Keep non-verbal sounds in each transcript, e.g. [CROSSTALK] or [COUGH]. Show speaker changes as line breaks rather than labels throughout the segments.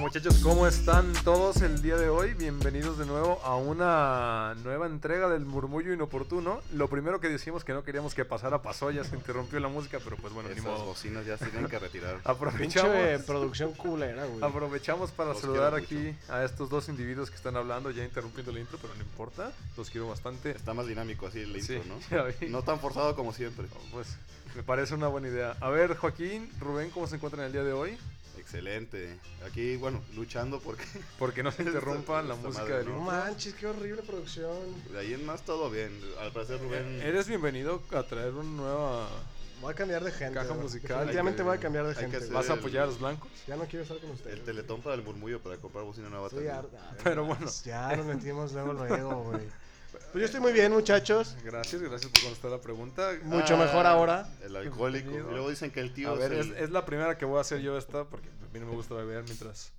muchachos, ¿cómo están todos el día de hoy? Bienvenidos de nuevo a una nueva entrega del murmullo inoportuno. Lo primero que decimos que no queríamos que pasara pasó,
[LAUGHS]
ya se interrumpió la música, pero pues bueno, ni
Esas
modo.
bocinas ya se tienen
[LAUGHS]
que retirar.
Ah, Aprovechamos,
Pinche producción culera, güey.
aprovechamos para
Los
saludar
quiero
aquí a estos dos individuos que están hablando, ya interrumpiendo la intro, pero no importa, los quiero bastante.
Está más dinámico así el
Sí,
intro,
ya vi.
¿no? No tan forzado como siempre.
Pues me parece una buena idea. A ver, Joaquín, Rubén, ¿cómo se encuentran el día de hoy?
Excelente. Aquí, bueno, luchando porque [LAUGHS]
Porque no se
Esta-
interrumpa la
esta
música
madre,
del
¿no?
No
intro.
manches, qué horrible producción.
de ahí en más todo bien. Al parecer Rubén...
Eres bienvenido a traer una nueva...
Voy a cambiar de gente.
Caja
güey.
musical.
Definitivamente
Hay que-
voy a cambiar de
hay que
gente.
hacer-
güey.
¿Vas a apoyar a los blancos? [LAUGHS]
Ya no quiero estar con ustedes.
El teletón para el murmullo para comprar bocina nueva
Estoy
también.
harto. Ah,
[LAUGHS] Pero bueno.
Ya nos metimos luego, luego, güey. Pues yo estoy muy bien, muchachos.
Gracias, gracias por contestar la pregunta.
Mucho mejor ahora.
Ah, El alcohólico.
Bienvenido.
Y luego dicen que el tío
Ah, A ver, es,
es, el-
es la primera que voy a hacer yo esta, porque a mí no me gusta beber mientras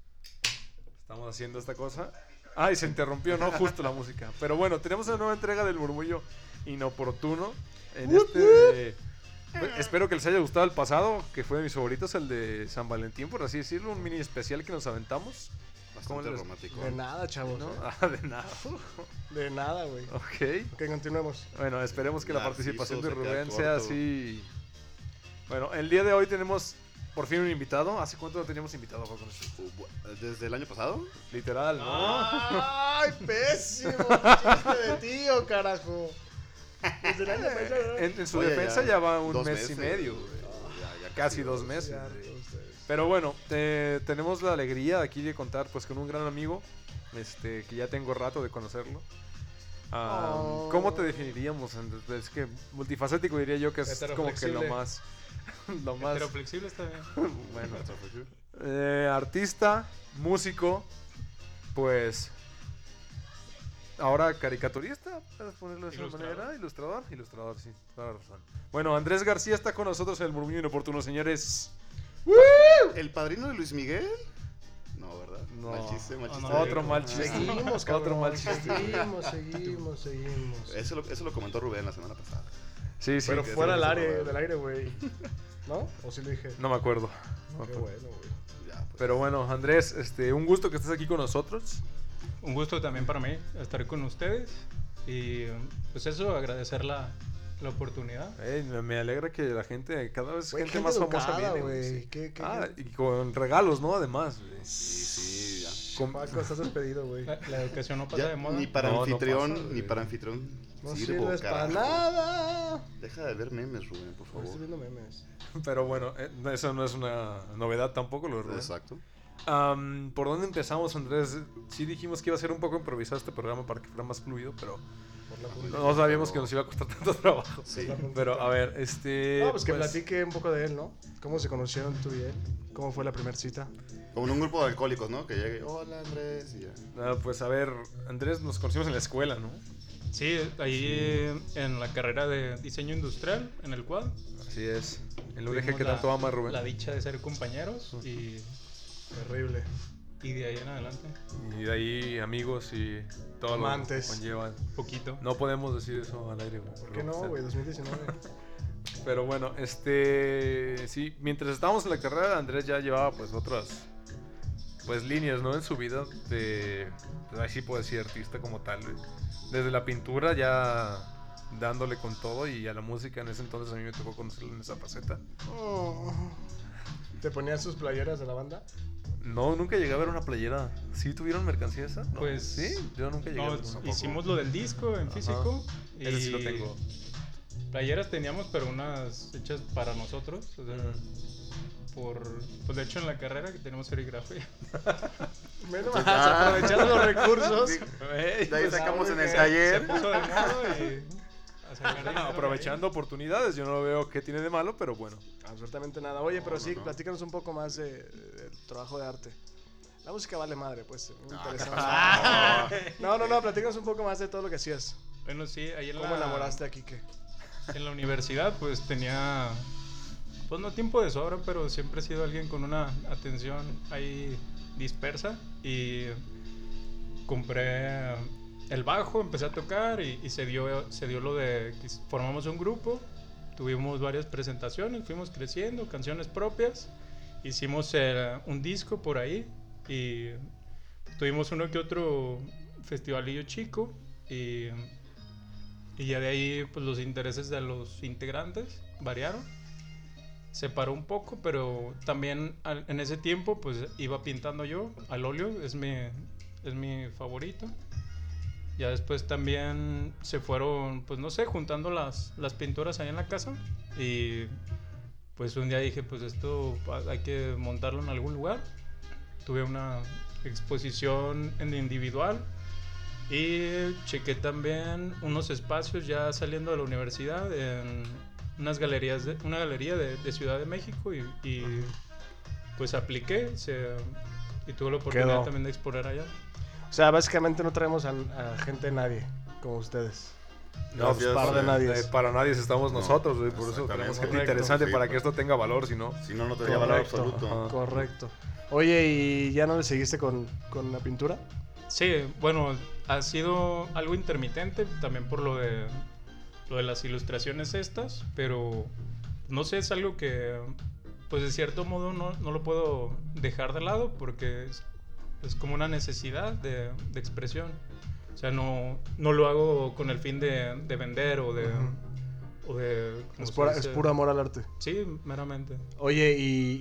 estamos haciendo esta cosa. Ay, se interrumpió, ¿no? Justo la música. Pero bueno, tenemos una nueva entrega del murmullo inoportuno. En
Wup,
este... Espero que les haya gustado el pasado, que fue de mis favoritos, el de San Valentín, por así decirlo, un mini especial que nos aventamos. ¿cómo
bastante
les-
romántico.
De nada, chavos.
¿No? [LAUGHS]
¿eh?
Ah, de nada.
De nada, güey.
Ok.
Ok, continuemos.
Bueno, esperemos que la
Narciso
participación de
se queda
Rubén sea
corto.
así. Bueno, el día de hoy tenemos por fin un invitado. ¿Hace cuánto no teníamos invitado, Juan Cruz?
Uh, ¿Desde el año pasado?
Literal, ¿no?
Ah.
¡Ay, pésimo! ¡Chiste de tío, carajo! Desde el año
[LAUGHS]
pasado.
En, en su
Oye,
defensa ya, va un
dos
mes y
meses,
medio.
güey. Ya- ya
Casi dos meses.
Ya, ustedes.
Pero bueno, eh, tenemos la alegría aquí de contar pues con un gran amigo, este, que ya tengo rato de conocerlo. Ah,
Oh.
¿Cómo te definiríamos? Es que multifacético diría yo que es como que lo
Heteroflexible.
más... [LAUGHS] lo más...
Pero flexible está bien.
Bueno, Eh, artista, músico, pues ahora caricaturista, puedes ponerlo de esa
Ilustrador.
manera, ilustrador, ilustrador, sí, toda la razón. Bueno, Andrés García está con nosotros en el murmullo inoportuno, señores.
¿El padrino de Luis Miguel? No, ¿verdad?
No.
Mal chiste, mal
No,
chiste.
no,
Otro mal chiste.
Seguimos, cabrón.
Otro mal chiste.
Seguimos, seguimos, seguimos.
Eso lo, eso lo comentó Rubén la semana pasada.
Sí, sí.
Pero
que
fuera
sí,
del
que se
aire,
puede.
del aire, [LAUGHS] güey. ¿No? ¿O sí lo dije?
No me acuerdo. No me
Qué
acuerdo.
bueno, güey.
Ya, pues.
Pero bueno, Andrés, este, un gusto que estés aquí con nosotros.
Un gusto también para mí estar con ustedes y pues eso, agradecer la, la oportunidad.
Eh, me- me alegra que la gente, cada vez
Güey,
gente,
gente
más famosa
educada,
viene.
güey.
sí.
Qué- qué-
Ah, y con regalos, ¿no? Además. güey.
Sí, sí, ya.
Con-
Paco, estás despedido, güey.
La, la educación no pasa
Ya,
de moda.
Ni para
No, no
anfitrión,
pasa,
ni
güey.
para anfitrión.
No
sirvo,
sirves para
carajo.
nada.
Deja de ver memes, Rubén, por
Estoy
favor.
viendo memes.
Pero bueno, eh, eso no es una novedad tampoco, lo de Rubén.
Exacto.
Am, ¿Por dónde empezamos, Andrés? Sí dijimos que iba a ser un poco improvisado este programa para que fuera más fluido, pero
Por la punta.
no sabíamos que nos iba a costar [LAUGHS] tanto trabajo.
Sí.
Pero a ver, este...
No, pues que platique un poco de él, ¿no? ¿Cómo se conocieron tú y él? ¿Cómo fue la primera cita?
Como en un grupo de alcohólicos, ¿no? Que llegue, hola Andrés,
[LAUGHS]
y ya.
ah, pues a ver, Andrés, nos conocimos en la escuela, ¿no?
Sí, ahí en la carrera de diseño industrial, en el cual
Así es. El UDG
tuvimos
que
la-
tanto ama Rubén.
La dicha de ser compañeros y,
Terrible.
y de ahí en adelante,
Y de ahí amigos y todo
Amantes.
lo que conlleva.
poquito.
No podemos decir eso al aire.
¿Por qué no, güey? [LAUGHS] 2019.
Pero bueno, este. Sí, mientras estábamos en la carrera, Andrés ya llevaba pues otras. Pues líneas, ¿no? En su vida de. pues, ahí sí puedo decir artista como tal. güey. Desde la pintura ya dándole con todo y a la música en ese entonces a mí me tocó conocerlo en esa faceta.
Oh. ¿Te ponías sus playeras de la banda?
No, nunca llegué a ver una playera. ¿Sí tuvieron mercancía esa? No.
Pues-
Sí, yo nunca llegué a
No,
ver una.
hicimos lo del disco en
Ajá.
físico. Y
Ese sí lo tengo.
Playeras teníamos, pero unas hechas para nosotros. O sea, por, pues de hecho en la carrera que tenemos serigrafía.
Menos más, aprovechando los [LAUGHS] recursos.
De ahí
pues,
sacamos
ah,
en
muy
el
bien.
Se
taller.
puso de moda [LAUGHS] y... a sacar dinero
[LAUGHS] Aprovechando oportunidades, yo no lo veo que tiene de malo, pero bueno.
Absolutamente nada. Oye, pero
No,
sí,
no, no.
platícanos un poco más de- del trabajo de arte. La música vale madre, pues. muy
Ah,
interesante.
Ah,
No, no, no, platícanos un poco más de todo lo que hacías.
de ahí. Bueno, sí, ahí en
¿Cómo
la,
enamoraste a Kike?
En la universidad pues tenía... Pues no tiempo de sobra, pero siempre he sido alguien con una atención ahí dispersa y compré el bajo, empecé a tocar y, y se, dio, se dio lo de que formamos un grupo, tuvimos varias presentaciones, fuimos creciendo, canciones propias, hicimos eh, un disco por ahí Y tuvimos uno que otro festivalillo chico. Y, y ya de ahí, pues los intereses de los integrantes variaron. Se paró un poco, pero también al- en ese tiempo, pues iba pintando yo al óleo, es mi, es mi favorito. Ya después también se fueron, pues no sé, juntando las, las pinturas ahí en la casa. Y pues un día dije, pues esto ha- hay que montarlo en algún lugar. Tuve una exposición en individual. Y chequé también unos espacios ya saliendo de la universidad en unas galerías, de- una galería de, de Ciudad de México y, y, pues apliqué se- y tuve la oportunidad
Quedó.
también de exponer allá.
O sea, básicamente no traemos a, a gente de nadie, como ustedes.
No,
Gracias.
para,
Para nadie.
eh, para nadie estamos
No,
nosotros, güey, por eso
exactamente.
tenemos gente
Correcto,
interesante
sí,
para
pa-
que esto tenga valor, si no.
Si no, no tendría valor
Correcto.
absoluto.
Ajá.
Correcto. Oye, ¿y ya no le seguiste con, con la pintura?
Sí, bueno, ha sido algo intermitente también por lo de, lo de las ilustraciones estas, pero no sé, es algo que, pues de cierto modo no, no lo puedo dejar de lado porque es, es como una necesidad de, de expresión. O sea, no, no lo hago con el fin de, de vender o de... o de- ¿cómo
Es,
se
pura- es
dice?
puro amor al arte.
Sí, meramente.
Oye, ¿y,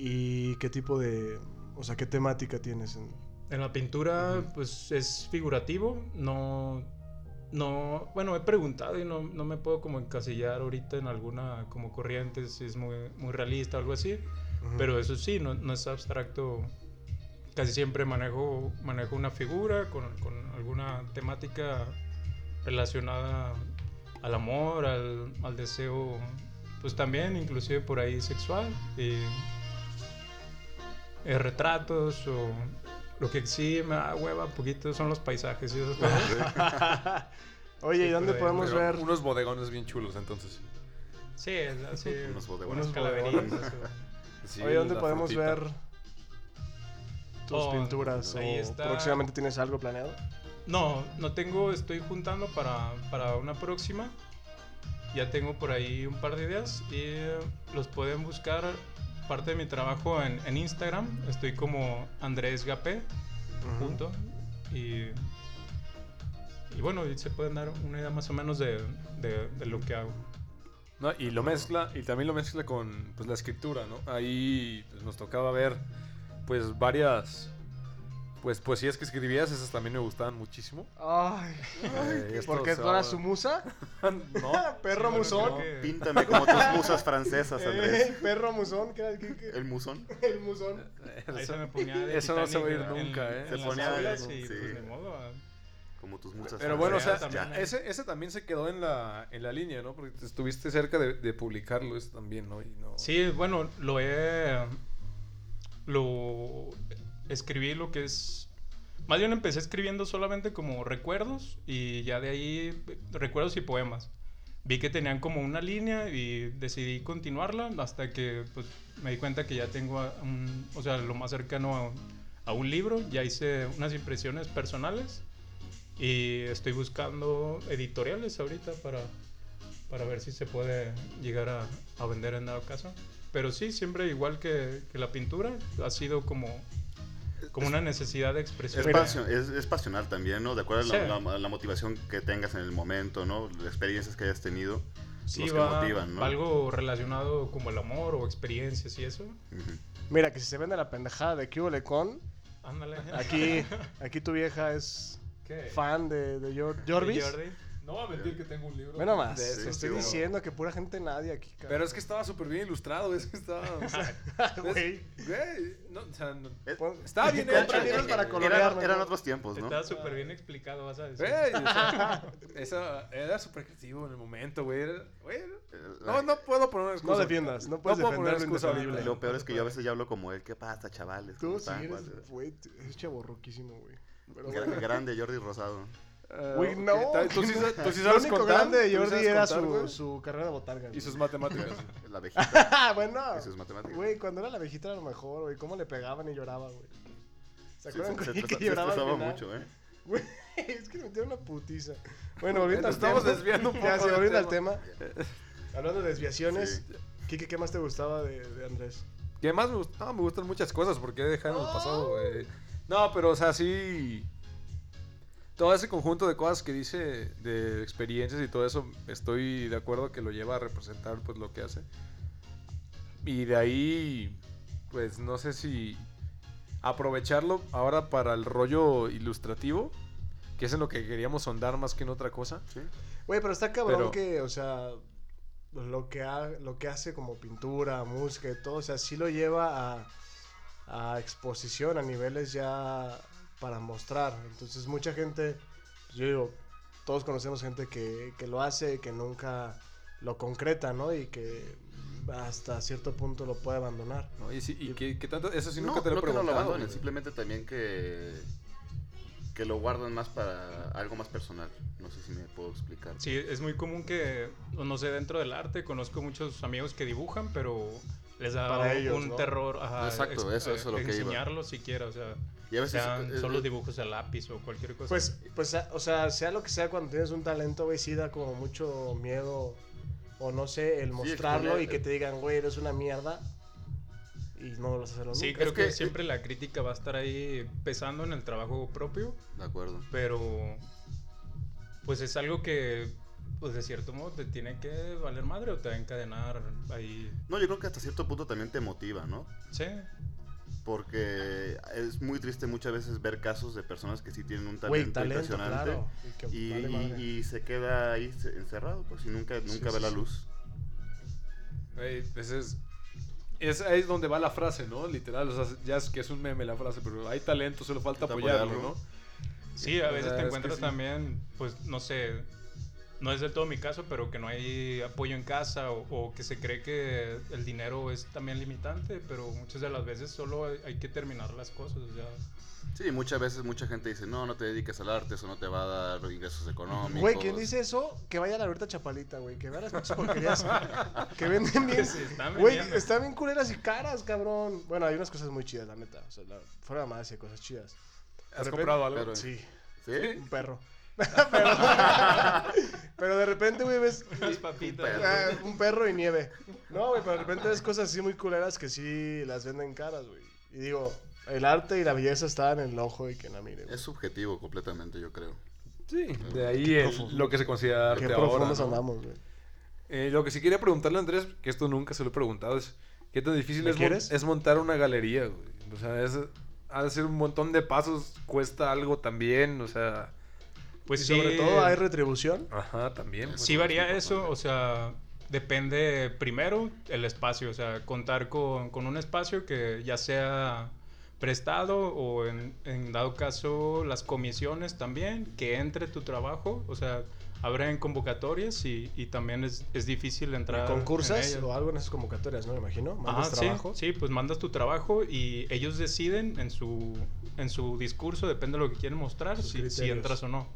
y qué tipo de... O sea, ¿qué temática tienes? en-
En la pintura, pues es figurativo, no. No, bueno, he preguntado y no, no me puedo como encasillar ahorita en alguna como corriente, si es muy, muy realista o algo así,
Ujú.
pero eso sí, no, no es abstracto. Casi siempre manejo, manejo una figura con, con alguna temática relacionada al amor, al, al deseo, pues también inclusive por ahí sexual. y eh, retratos o lo que sí me da hueva un poquito son los paisajes y esas cosas.
[LAUGHS]
[LAUGHS]
Oye, ¿y
Sí,
dónde
pero-
podemos
Pero
ver?
Unos bodegones bien chulos, entonces.
Sí, es así.
Unos bodegones.
unos calaveritas.
Sí,
Oye, ¿dónde
la
podemos
frutita.
ver tus
Oh,
pinturas?
ahí
o
está.
¿Próximamente tienes algo planeado?
o- No, no tengo, estoy juntando para, para una próxima. Ya tengo por ahí un par de ideas y eh, los pueden buscar parte de mi trabajo en, en Instagram. Estoy como Andrés Gapé,
Ujú.
junto. Y, y bueno, y se pueden dar una idea más o menos de- de- de lo que hago.
No, y lo mezcla, y también lo mezcla con pues, la escritura, ¿no? Ahí pues, nos tocaba ver, pues, varias pues, poesías que escribías, esas también me gustaban muchísimo. [LAUGHS]
Ay,
Eh, esto
¿Porque
se
tú eras
va-
su musa?
No,
¿Perro
Sí, bueno,
musón?
creo que-
Píntame como tus musas francesas, Andrés.
Eh, ¿Perro musón? ¿Qué era? ¿Qué- qué-
El musón.
El musón.
Ahí
eso-
se me ponía
[LAUGHS]
de
eso no se va a ir
Titanic en-
nunca, ¿eh?
en
Se
las
ponía de-
aulas y,
sí.
pues, ni modo, ah.
Como tus musas
Pero bueno, o sea,
francesas.
también.
Ya.
ese, ese también se quedó en la, en la línea, ¿no? Porque estuviste cerca de, de publicarlo eso también, ¿no? Y no...
Sí, bueno, lo he... Lo... Escribí lo que es... Más bien empecé escribiendo solamente como recuerdos y ya de ahí eh, recuerdos y poemas. Vi que tenían como una línea y decidí continuarla hasta que pues, me di cuenta que ya tengo a- un- o sea, lo más cercano a, a un libro. Ya hice unas impresiones personales y estoy buscando editoriales ahorita para, para ver si se puede llegar a, a vender en dado caso. Pero sí, siempre igual que, que la pintura, ha sido como, como una necesidad de expresión.
Es, pasio- es- es pasional también, ¿no? De acuerdo a la,
Sí.
la- la motivación que tengas en el momento, ¿no? Las experiencias que hayas tenido.
Sí,
los que
va
motivan, ¿no?
algo relacionado como el amor o experiencias y eso.
Ujú.
Mira, que si se vende la pendejada de Cubole con,
Ándale.
aquí, aquí tu vieja es
¿Qué?
fan de, de Jor- Jorvis.
Eh. Jordi? No va a mentir que tengo un libro.
Bueno, más.
De eso,
Te estoy
sí, bueno.
diciendo que pura gente nadie aquí, cabrón.
Pero es que estaba súper bien ilustrado, es que estaba... o sea,
[LAUGHS] Güey.
Güey, no, o sea, no-
Es-
Pon-
Estaba bien
Compra
hecho.
libros Pues, para
Eran-
colorearlo,
eran
¿no?
otros tiempos, ¿no?
Está súper bien explicado, vas a decir.
Güey, o sea, esa- era súper creativo en el momento, güey. era- güey, era-
Eh,
No, no puedo poner una excusa.
No defiendas, no puedes
puedo
defender
poner
lo
excusa.
indefendible.
eh, Lo peor es que yo a veces ya hablo como él. ¿Qué pasa, chavales? ¿Cómo
Tú sí
están?
eres,
¿Cuál-
güey, t- eres chaborruquísimo, güey. Pero
Gra-
bueno.
Grande Jordi Rosado.
Eh,
Güey,
ok,
no.
ta- Tú sí, sa- tú
[LAUGHS]
sí
Lo
sabes
único
contar.
grande
tú sí
de Jordi
sabes
era
contar,
su,
güey,
su carrera de botarga.
Y sus matemáticas.
La abejita
[LAUGHS] bueno.
y sus matemáticas.
Güey, cuando era la viejita era lo mejor, güey. Cómo le pegaban y lloraba, güey.
Sí,
¿Se
se-
acuerdan,
se
güey,
estresa-
que
se
lloraba al
estresaba
final?
mucho, ¿eh?
Güey, [LAUGHS] es que me metieron una putiza. Bueno, volviendo
Nos
al tema.
estamos desviando un poco
[LAUGHS] Ya, sí,
del
volviendo al
tema.
tema. Hablando de desviaciones,
Sí.
Kike, ¿qué más te gustaba de, de Andrés?
Que además me, gust- no, me gustan muchas cosas porque he dejado en el pasado, güey. No, pero o sea, sí. Todo ese conjunto de cosas que dice, de experiencias y todo eso, estoy de acuerdo que lo lleva a representar pues lo que hace. Y de ahí, pues no sé si aprovecharlo ahora para el rollo ilustrativo, que es en lo que queríamos sondar más que en otra cosa.
Sí.
Güey, pero está cabrón
Pero-
que, o sea, lo que, ha- lo que hace como pintura, música y todo, o sea, sí lo lleva a, a exposición, a niveles ya para mostrar. Entonces, mucha gente, pues, yo digo, todos conocemos gente que, que lo hace, que nunca lo concreta, ¿no? Y que hasta cierto punto lo puede abandonar.
¿no? Y, sí- y que, que tanto, eso sí nunca
no,
te lo he
creo que no
preguntado.
lo abandonen,
güey.
simplemente también que que lo guardan más para algo más personal. No sé si me puedo explicar.
Sí, es muy común que, o no sé, dentro del arte, conozco muchos amigos que dibujan, pero les da
Para ellos,
un
¿no?
terror. ajá,
Exacto, eso- eso es lo que iba.
Enseñarlo siquiera, o sea,
Y a veces
sean
eh,
solo
eh,
dibujos a lápiz o cualquier cosa.
Pues, pues, a- o sea, sea lo que sea, cuando tienes un talento, güey, sí da como mucho miedo, o no sé, el mostrarlo
exponer,
y que
eh.
te digan, güey, eres una mierda, y no lo vas a hacer nunca.
sí, creo
es
que,
que-
siempre la crítica va a estar ahí pesando en el trabajo propio,
de acuerdo.
pero pues es algo que, pues de cierto modo, te tiene que valer madre o te va a encadenar ahí.
No, yo creo que hasta cierto punto también te motiva, ¿no?
Sí,
Porque es muy triste muchas veces ver casos de personas que sí tienen un talento,
Güey, talento,
impresionante
claro. Y que
y,
vale madre.
y se queda ahí se- encerrado, pues y nunca nunca
Sí,
ve
sí,
la
sí.
luz.
Güey, pues es, es- ahí es donde va la frase, ¿no? Literal, o sea, ya es que es un meme la frase, pero hay talento, solo falta
Falta
apoyarlo,
apoyarlo.
¿no?
sí a
O
veces
sea, es
te
que
encuentras
sí.
también, pues no sé, no es del todo mi caso, pero que no hay apoyo en casa o, o que se cree que el dinero es también limitante, pero muchas de las veces solo hay, hay que terminar las cosas, o sea,
Sí, muchas veces mucha gente dice, "No, no te dediques al arte, eso no te va a dar ingresos económicos."
Güey, ¿quién dice eso? Que vaya a la ahorita Chapalita, güey, que vea las pinches porquerías que venden bien.
se están
Güey,
vendiendo.
están bien culeras y caras, cabrón. Bueno, hay unas cosas muy chidas, la neta, o sea, la- fuera de madre sí hay cosas chidas.
¿Has
repente-
comprado algo?
Pero-
Sí,
¿Sí?
un perro. [LAUGHS] pero, pero de repente, güey, ves
las papitas.
perro.
güey.
Ah, un perro y nieve. No, güey, pero de repente ves cosas así muy culeras que sí las venden caras, güey. Y digo, el arte y la belleza están en el ojo y que la mire. güey.
Es subjetivo completamente, yo creo.
Sí, de ahí el-
profundo.
lo que se considera
Qué
arte ahora.
profundos
¿no?
andamos, güey.
Eh, lo que sí quería preguntarle a Andrés, que esto nunca se lo he preguntado, es qué tan difícil
¿Me
es, mon-
quieres?
es montar una galería, güey. O sea, es, ha de ser un montón de pasos, cuesta algo también, o sea,
Pues
y
sí,
sobre todo hay retribución.
ajá, también. pues.
Sí varía eso, o sea, depende primero el espacio, o sea, contar con, con un espacio que ya sea prestado o en, en dado caso las comisiones también, que entre tu trabajo, o sea, abren convocatorias y, y también es, es difícil entrar. en
Concursas
ellas.
o algo en esas convocatorias, ¿no? Me imagino.
Ajá,
Mandas
sí,
trabajo.
sí, pues mandas tu trabajo y ellos deciden en su, en su discurso, depende de lo que quieren mostrar,
Sus
si, si
criterios.
entras o no.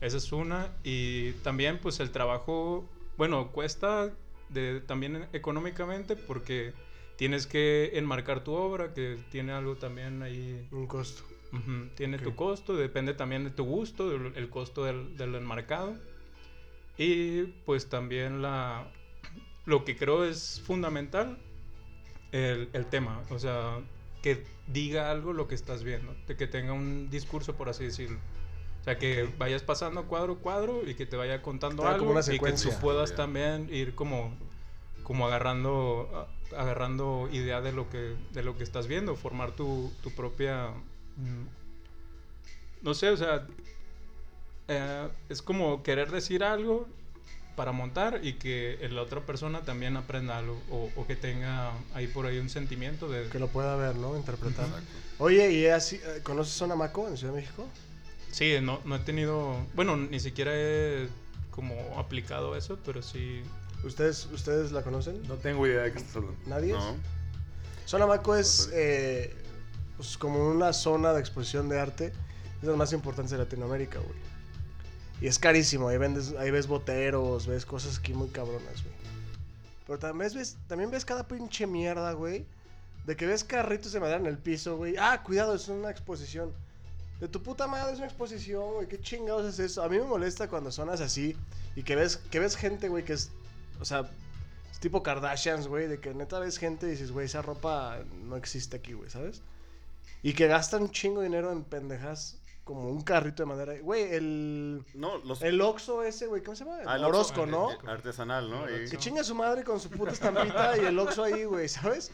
Esa es una. Y también pues el trabajo, bueno, cuesta de, también económicamente porque tienes que enmarcar tu obra, que tiene algo también ahí
Un costo.
Ujú, Tiene
Ok.
tu costo, depende también de tu gusto, del- el costo del, del enmarcado. Y pues también la, lo que creo es fundamental, el, el tema, o sea, que diga algo lo que estás viendo, de que tenga un discurso, por así decirlo. O sea, que vayas pasando cuadro a cuadro y que te vaya contando
Claro, como una
algo y que tú
secuencia.
puedas
Ya.
también ir como, como agarrando, a- agarrando idea de lo, que, de lo que estás viendo, formar tu, tu propia... mm, No sé, o sea, eh, es como querer decir algo para montar y que la otra persona también aprenda algo o, o que tenga ahí por ahí un sentimiento de...
Que lo pueda ver, ¿no? Interpretar.
Exacto.
Oye, ¿y así, eh, conoces a Namaco en Ciudad de México?
Sí, no, no he tenido... Bueno, ni siquiera he como aplicado eso, pero sí...
¿Ustedes, ¿Ustedes la conocen?
No tengo idea de qué estás hablando.
¿Nadie?
No.
Sonamaco es
Ojalá.
eh, pues, como una zona de exposición de arte. Es la más importante de Latinoamérica, güey. Y es carísimo. Ahí, vendes, ahí ves boteros, ves cosas aquí muy cabronas, güey. Pero también ves, también ves cada pinche mierda, güey. De que ves carritos de madera en el piso, güey. Ah, cuidado, es una exposición. De tu puta madre es una exposición, güey. ¿Qué chingados es eso? A mí me molesta cuando sonas así y que ves, que ves gente, güey, que es. O sea, es tipo Kardashians, güey, de que neta ves gente y dices, güey, esa ropa no existe aquí, güey, ¿sabes? Y que gastan un chingo de dinero en pendejas como un carrito de madera. Güey, el.
No, los.
El Oxxo ese, güey, ¿cómo se llama?
Ah, el Oxxo,
Orozco,
el-
¿no?
el-
Artesanal, ¿no? Y-
Sí.
Que chinga su madre con su puta estampita y el Oxxo ahí, güey, ¿sabes?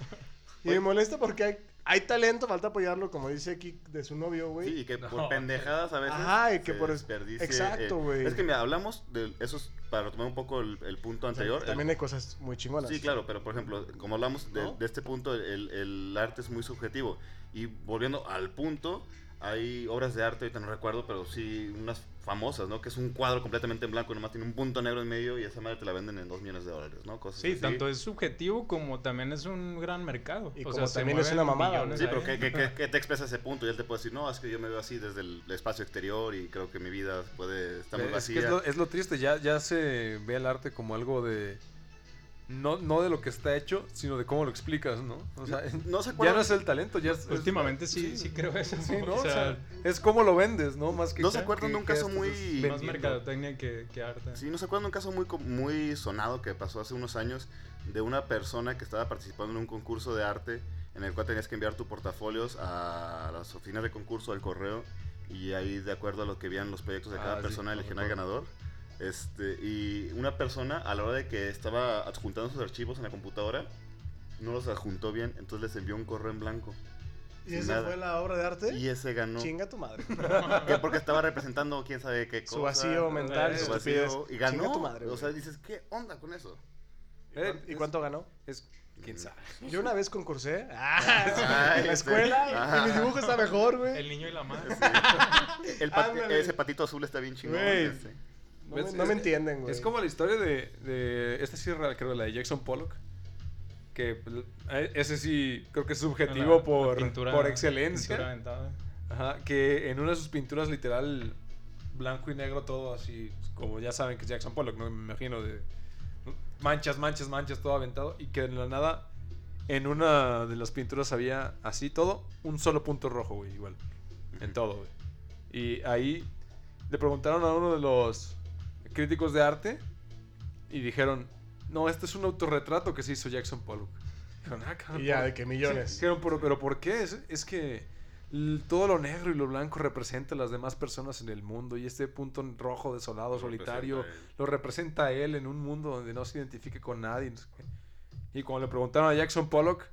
Y me molesta porque hay, hay talento, falta apoyarlo, como dice aquí de su novio, güey.
Sí, y que por
No.
pendejadas a veces.
Ajá, y que
se
por-
desperdicie,
exacto,
eh,
güey.
Es que mira, hablamos de esos. Para retomar un poco el, el punto
O sea,
anterior. el-
También hay cosas muy chingonas.
Sí, claro, pero por ejemplo, como hablamos de,
¿No?
de este punto, el, el arte es muy subjetivo. Y volviendo al punto, hay obras de arte, ahorita no recuerdo, pero sí unas famosas, ¿no? Que es un cuadro completamente en blanco y nomás tiene un punto negro en medio y esa madre te la venden en dos millones de dólares, ¿no? Cosas
Sí,
así.
tanto es subjetivo como también es un gran mercado.
Y
O
como
sea, se
también es
mueven
una mamada,
millones
Sí,
ahí.
pero que, que- que- que te expresa ese punto y él te puede decir, no, es que yo me veo así desde el espacio exterior y creo que mi vida puede estar muy
Eh, Es, que
vacía.
es lo, es lo triste, ya, ya se ve el arte como algo de. No, no de lo que está hecho, sino de cómo lo explicas, ¿no? O sea,
No se
ya
acuerdan-
no es el talento, ya es.
Últimamente sí, sí creo eso.
[LAUGHS] Sí, ¿no?
O sea,
es como lo vendes, ¿no? Más que.
No se acuerdan de un caso
estás
muy-
más
vendiendo.
mercadotecnia que, que arte.
Sí, ¿no se acuerdan de un caso muy, co- muy sonado que pasó hace unos años de una persona que estaba participando en un concurso de arte en el cual tenías que enviar tus portafolios a las oficinas de concurso, al correo, y ahí de acuerdo a lo que veían los proyectos de cada
Ah, sí,
persona
lo
elegían al
recuerdo.
ganador? Este, y una persona a la hora de que estaba adjuntando sus archivos en la computadora, no los adjuntó bien, entonces les envió un correo en blanco.
¿Y
sin
esa
nada.
fue la obra de arte?
Y ese ganó.
¿Eh? Chinga tu madre.
Que Porque estaba representando quién sabe qué cosa.
Su vacío mental,
eh,
su
su
vacío,
estupidez.
Y
Chinga
ganó.
tu madre,
o
güey.
sea, dices, ¿qué onda con [LAUGHS] eso?
Eh,
¿Y cuánto ganó?
Es, es- quién sabe.
Yo una vez [LAUGHS] concursé. Ah,
Ay,
en la
sí.
escuela.
Ajá.
Y mi dibujo está mejor,
El
güey.
niño y la madre.
El pat-
Ándale.
ese patito azul está bien chingón.
Güey.
este.
No, me-
Es-
no
es-
me entienden, güey.
Es como la historia de, de esta sí es real, creo, la de Jackson Pollock. Que l- eh, ese sí creo que es subjetivo
La- la
por,
pintura-
por
pintura
excelencia.
aventada.
Ajá, que en una de sus pinturas literal blanco y negro todo así, como ya saben que es Jackson Pollock, ¿no? Me imagino de manchas, manchas, manchas, todo aventado. Y que de la nada en una de las pinturas había así todo, un solo punto rojo, güey, igual. En todo, güey. Y ahí le preguntaron a uno de los críticos de arte y dijeron, no, este es un autorretrato que se hizo Jackson Pollock. Dijeron, ah, cabrón,
Y ya,
¿por-
de que millones.
Sí, dijeron, pero, pero ¿por qué? Es, es que l- todo lo negro y lo blanco representa a las demás personas en el mundo y este punto en rojo, desolado,
Lo
solitario,
representa
[LAUGHS]
él.
lo representa a él en un mundo donde no se identifique con nadie. no sé qué. Y cuando le preguntaron a Jackson Pollock,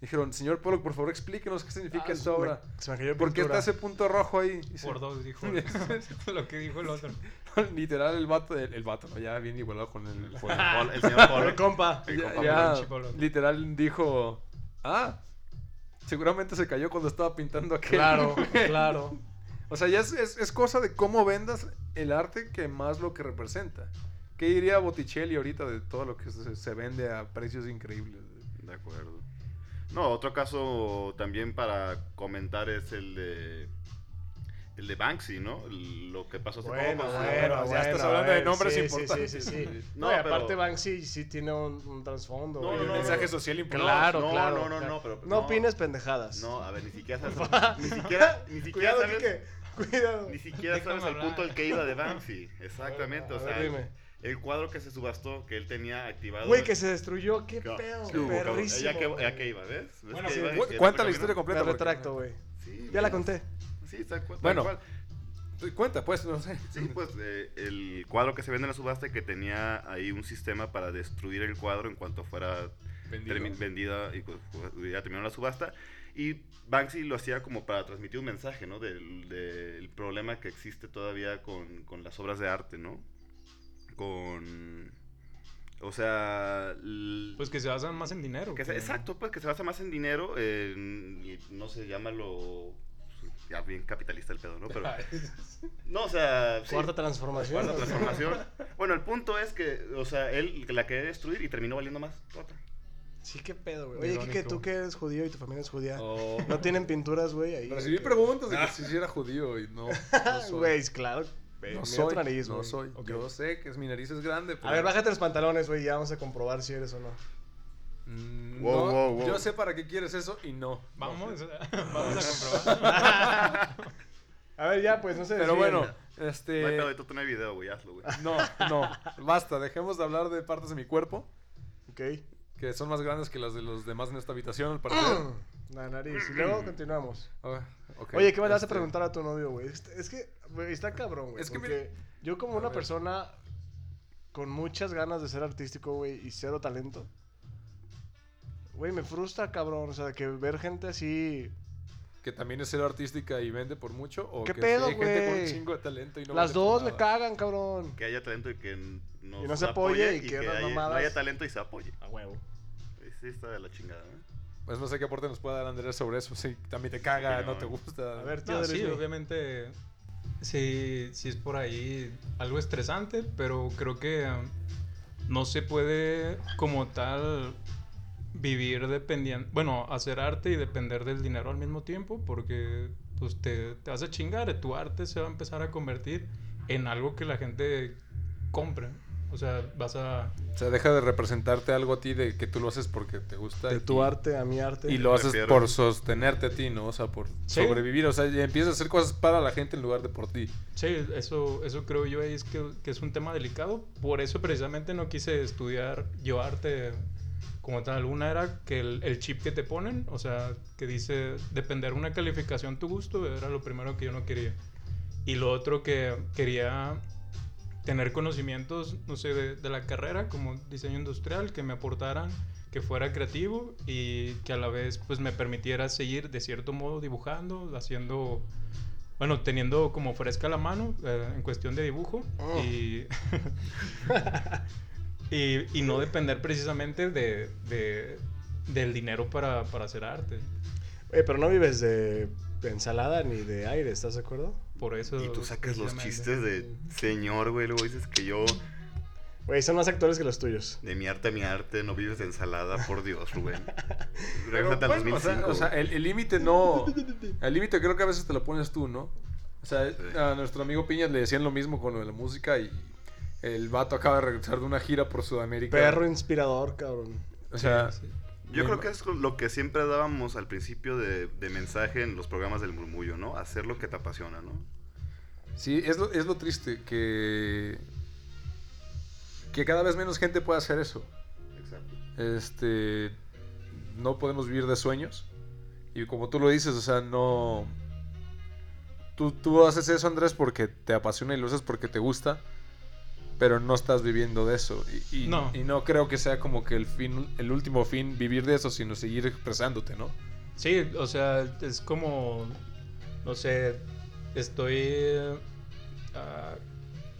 dijeron, señor Pollock, por favor explíquenos qué significa
Ah,
esta
me-
obra.
Se me cayó
¿Por qué está
pintura.
ese punto rojo ahí? Dice,
Por dos, dijo. [LAUGHS] lo que dijo el otro.
[LAUGHS] Literal, el vato, el, el vato, ¿no? ya bien igualado con el...
[LAUGHS]
con el
Pol- El señor
[LAUGHS] Pobre
Pollock. [LAUGHS]
compa.
El
ya,
compa
ya,
Monchi, Pablo.
literal dijo, ah, seguramente se cayó cuando estaba pintando aquel.
[LAUGHS]
Claro, claro.
[LAUGHS] O sea, ya es, es- es cosa de cómo vendas el arte que más lo que representa. ¿Qué diría Botticelli ahorita de todo lo que se, se vende a precios increíbles?
De acuerdo. No, otro caso también para comentar es el de. El de Banksy, ¿no? El- Lo que pasó hace
Bueno,
poco. con
bueno,
su-
bueno,
bueno,
ya estás hablando de
bueno,
nombres
sí, sí,
importantes.
Sí, sí, sí.
[LAUGHS] No,
No, y
pero-
aparte Banksy sí tiene un, un trasfondo.
No,
güey,
no,
un
no,
mensaje
no.
social.
social
Claro,
no,
claro.
no, no,
claro.
no, pero- pues
No
no.
opines pendejadas.
No, a ver, ni siquiera sabes. ni siquiera, ni siquiera
Cuidado,
sabes.
Quique. Cuidado.
Ni siquiera
Déjame
sabes el
hablar.
punto al que iba de Banksy. Exactamente,
A
o
ver,
sea,
dime.
el cuadro que se subastó, que él tenía activado.
Güey, que se destruyó. Qué
Ca-
pedo.
¿Qué hubo, cabrón?
perrísimo.
Ya que,
güey.
ya que iba, ¿ves? ¿Ves
Bueno,
que
sí,
iba y
cu-
que
cuenta la
terminó?
historia
Me
completa. porque-
retracto, güey.
Sí,
Ya la
mira.
conté.
Sí, está cu- tal
Bueno.
cual.
Cuenta, pues, no sé.
Sí, pues eh, el cuadro que se vende en la subasta que tenía ahí un sistema para destruir el cuadro en cuanto fuera termi- vendida y cu- cu- hubiera terminado la subasta. Y Banksy lo hacía como para transmitir un mensaje, ¿no? Del, del problema que existe todavía con, con las obras de arte, ¿no? Con... O sea... l-
Pues que se basan más en dinero.
que se- exacto, pues que se basa más en dinero, en, y no sé, llámalo... pues, Ya bien capitalista el pedo, ¿no?
[LAUGHS]
Pero... No, o sea... sí.
Cuarta transformación.
Cuarta transformación. Bueno, el punto es que, o sea, él la quería destruir y terminó valiendo más. Otra.
Sí, qué pedo, güey. Oye,
Irónico.
Kike, tú que eres judío y tu familia es judía.
Oh.
Oh.
No tienen pinturas, güey. Ahí.
[LAUGHS]
Ah,
Recibí preguntas
Ah.
de que si sí era judío y no.
[LAUGHS]
No soy.
Güey, claro. Ve,
no
mira
soy.
tu nariz,
no
güey.
soy.
Ok.
Yo sé que es, mi nariz es grande.
A
pero-
ver, bájate los pantalones, güey. Ya vamos a comprobar si eres o no.
Mm,
Wow,
no,
wow, wow.
Yo sé para qué quieres eso y no.
Vamos, [LAUGHS] vamos a comprobar.
A ver, ya, pues no sé.
Pero bueno, este.
No hay pedo de tú tener video, güey, hazlo, güey.
No, no, basta, dejemos de hablar de partes de mi cuerpo
Ok. [CLEARS THROAT]
que son más grandes que las de los demás en esta habitación, al parecer.
La nariz. Y luego continuamos.
Ah, ok,
Oye, ¿qué me le vas a
este,
preguntar a tu novio, güey? Este- Es que, güey, está cabrón, güey.
Es que
porque yo como
a
una
ver.
persona con muchas ganas de ser artístico, güey, y cero talento, güey, me frustra, cabrón. O sea, que ver gente así...
Que también es ser artística y vende por mucho. O
¿Qué
que
pedo,
sí hay gente con un
güey?
chingo de talento y no
Las
vende por
dos me
nada.
cagan, cabrón.
Que haya talento y que n- no,
Y no se apoye y que unas
haya- no
mamadas.
haya talento y se apoye.
A huevo.
Sí, está de la chingada, ¿eh? ¿no?
Pues no sé qué aporte nos puede dar Andrés sobre eso. Si también te caga,
Sí,
no
no.
te gusta.
A ver, tío,
No, sí,
Disney.
obviamente. Sí, sí es por ahí algo estresante, pero creo que um, no se puede como tal vivir dependiendo, bueno, hacer arte y depender del dinero al mismo tiempo, porque pues te, te vas a chingar, tu arte se va a empezar a convertir en algo que la gente compre. O sea, vas a...
O sea, deja de representarte algo a ti de que tú lo haces porque te gusta.
De
y-
tu arte a mi arte.
Y lo haces
Prefiero-
por sostenerte a ti, ¿no? O sea, por
Sí.
sobrevivir. O sea, y empiezas a hacer cosas para la gente en lugar de por ti.
Sí, eso, eso creo yo ahí es que, que es un tema delicado. Por eso precisamente no quise estudiar yo arte como tal. Una era que el, el chip que te ponen, o sea, que dice depender una calificación tu gusto, era lo primero que yo no quería. Y lo otro que quería tener conocimientos, no sé, de, de la carrera como diseño industrial, que me aportaran, que fuera creativo y que a la vez pues me permitiera seguir de cierto modo dibujando, haciendo, bueno, teniendo como fresca la mano eh, en cuestión de dibujo
Oh.
y, [LAUGHS] y, y no depender precisamente de, de- del dinero para, para hacer arte.
Oye, Eh, pero no vives de ensalada ni de aire, ¿estás de acuerdo?
Por eso...
Y tú sacas los
precisamente.
chistes de señor, güey. Luego dices que yo,
Güey, son más actores que los tuyos.
de mi arte a mi arte, no vives de ensalada, por Dios,
[LAUGHS]
Rubén.
Pero,
Regrésate al
bueno,
2005.
o sea, o sea, eh,
güey.
el el límite no. El límite creo que a veces te lo pones tú, ¿no? O sea, a nuestro amigo Piñas le decían lo mismo con lo de la música y el vato acaba de regresar de una gira por Sudamérica.
Perro inspirador, cabrón.
O sea,
Sí.
Yo
me-
creo que es lo que siempre dábamos al principio de, de mensaje en los programas del murmullo, ¿no? Hacer lo que te apasiona, ¿no?
Sí, es lo, es lo triste que. Que cada vez menos gente puede hacer eso.
Exacto.
Este. No podemos vivir de sueños. Y como tú lo dices, o sea, no. Tú, tú haces eso, Andrés, porque te apasiona y lo haces porque te gusta. Pero no estás viviendo de eso. Y, y-
No.
y no creo que sea como que el fin, el último fin, vivir de eso, sino seguir expresándote, ¿no?
Sí, o sea, es como, no sé, estoy, eh, ah,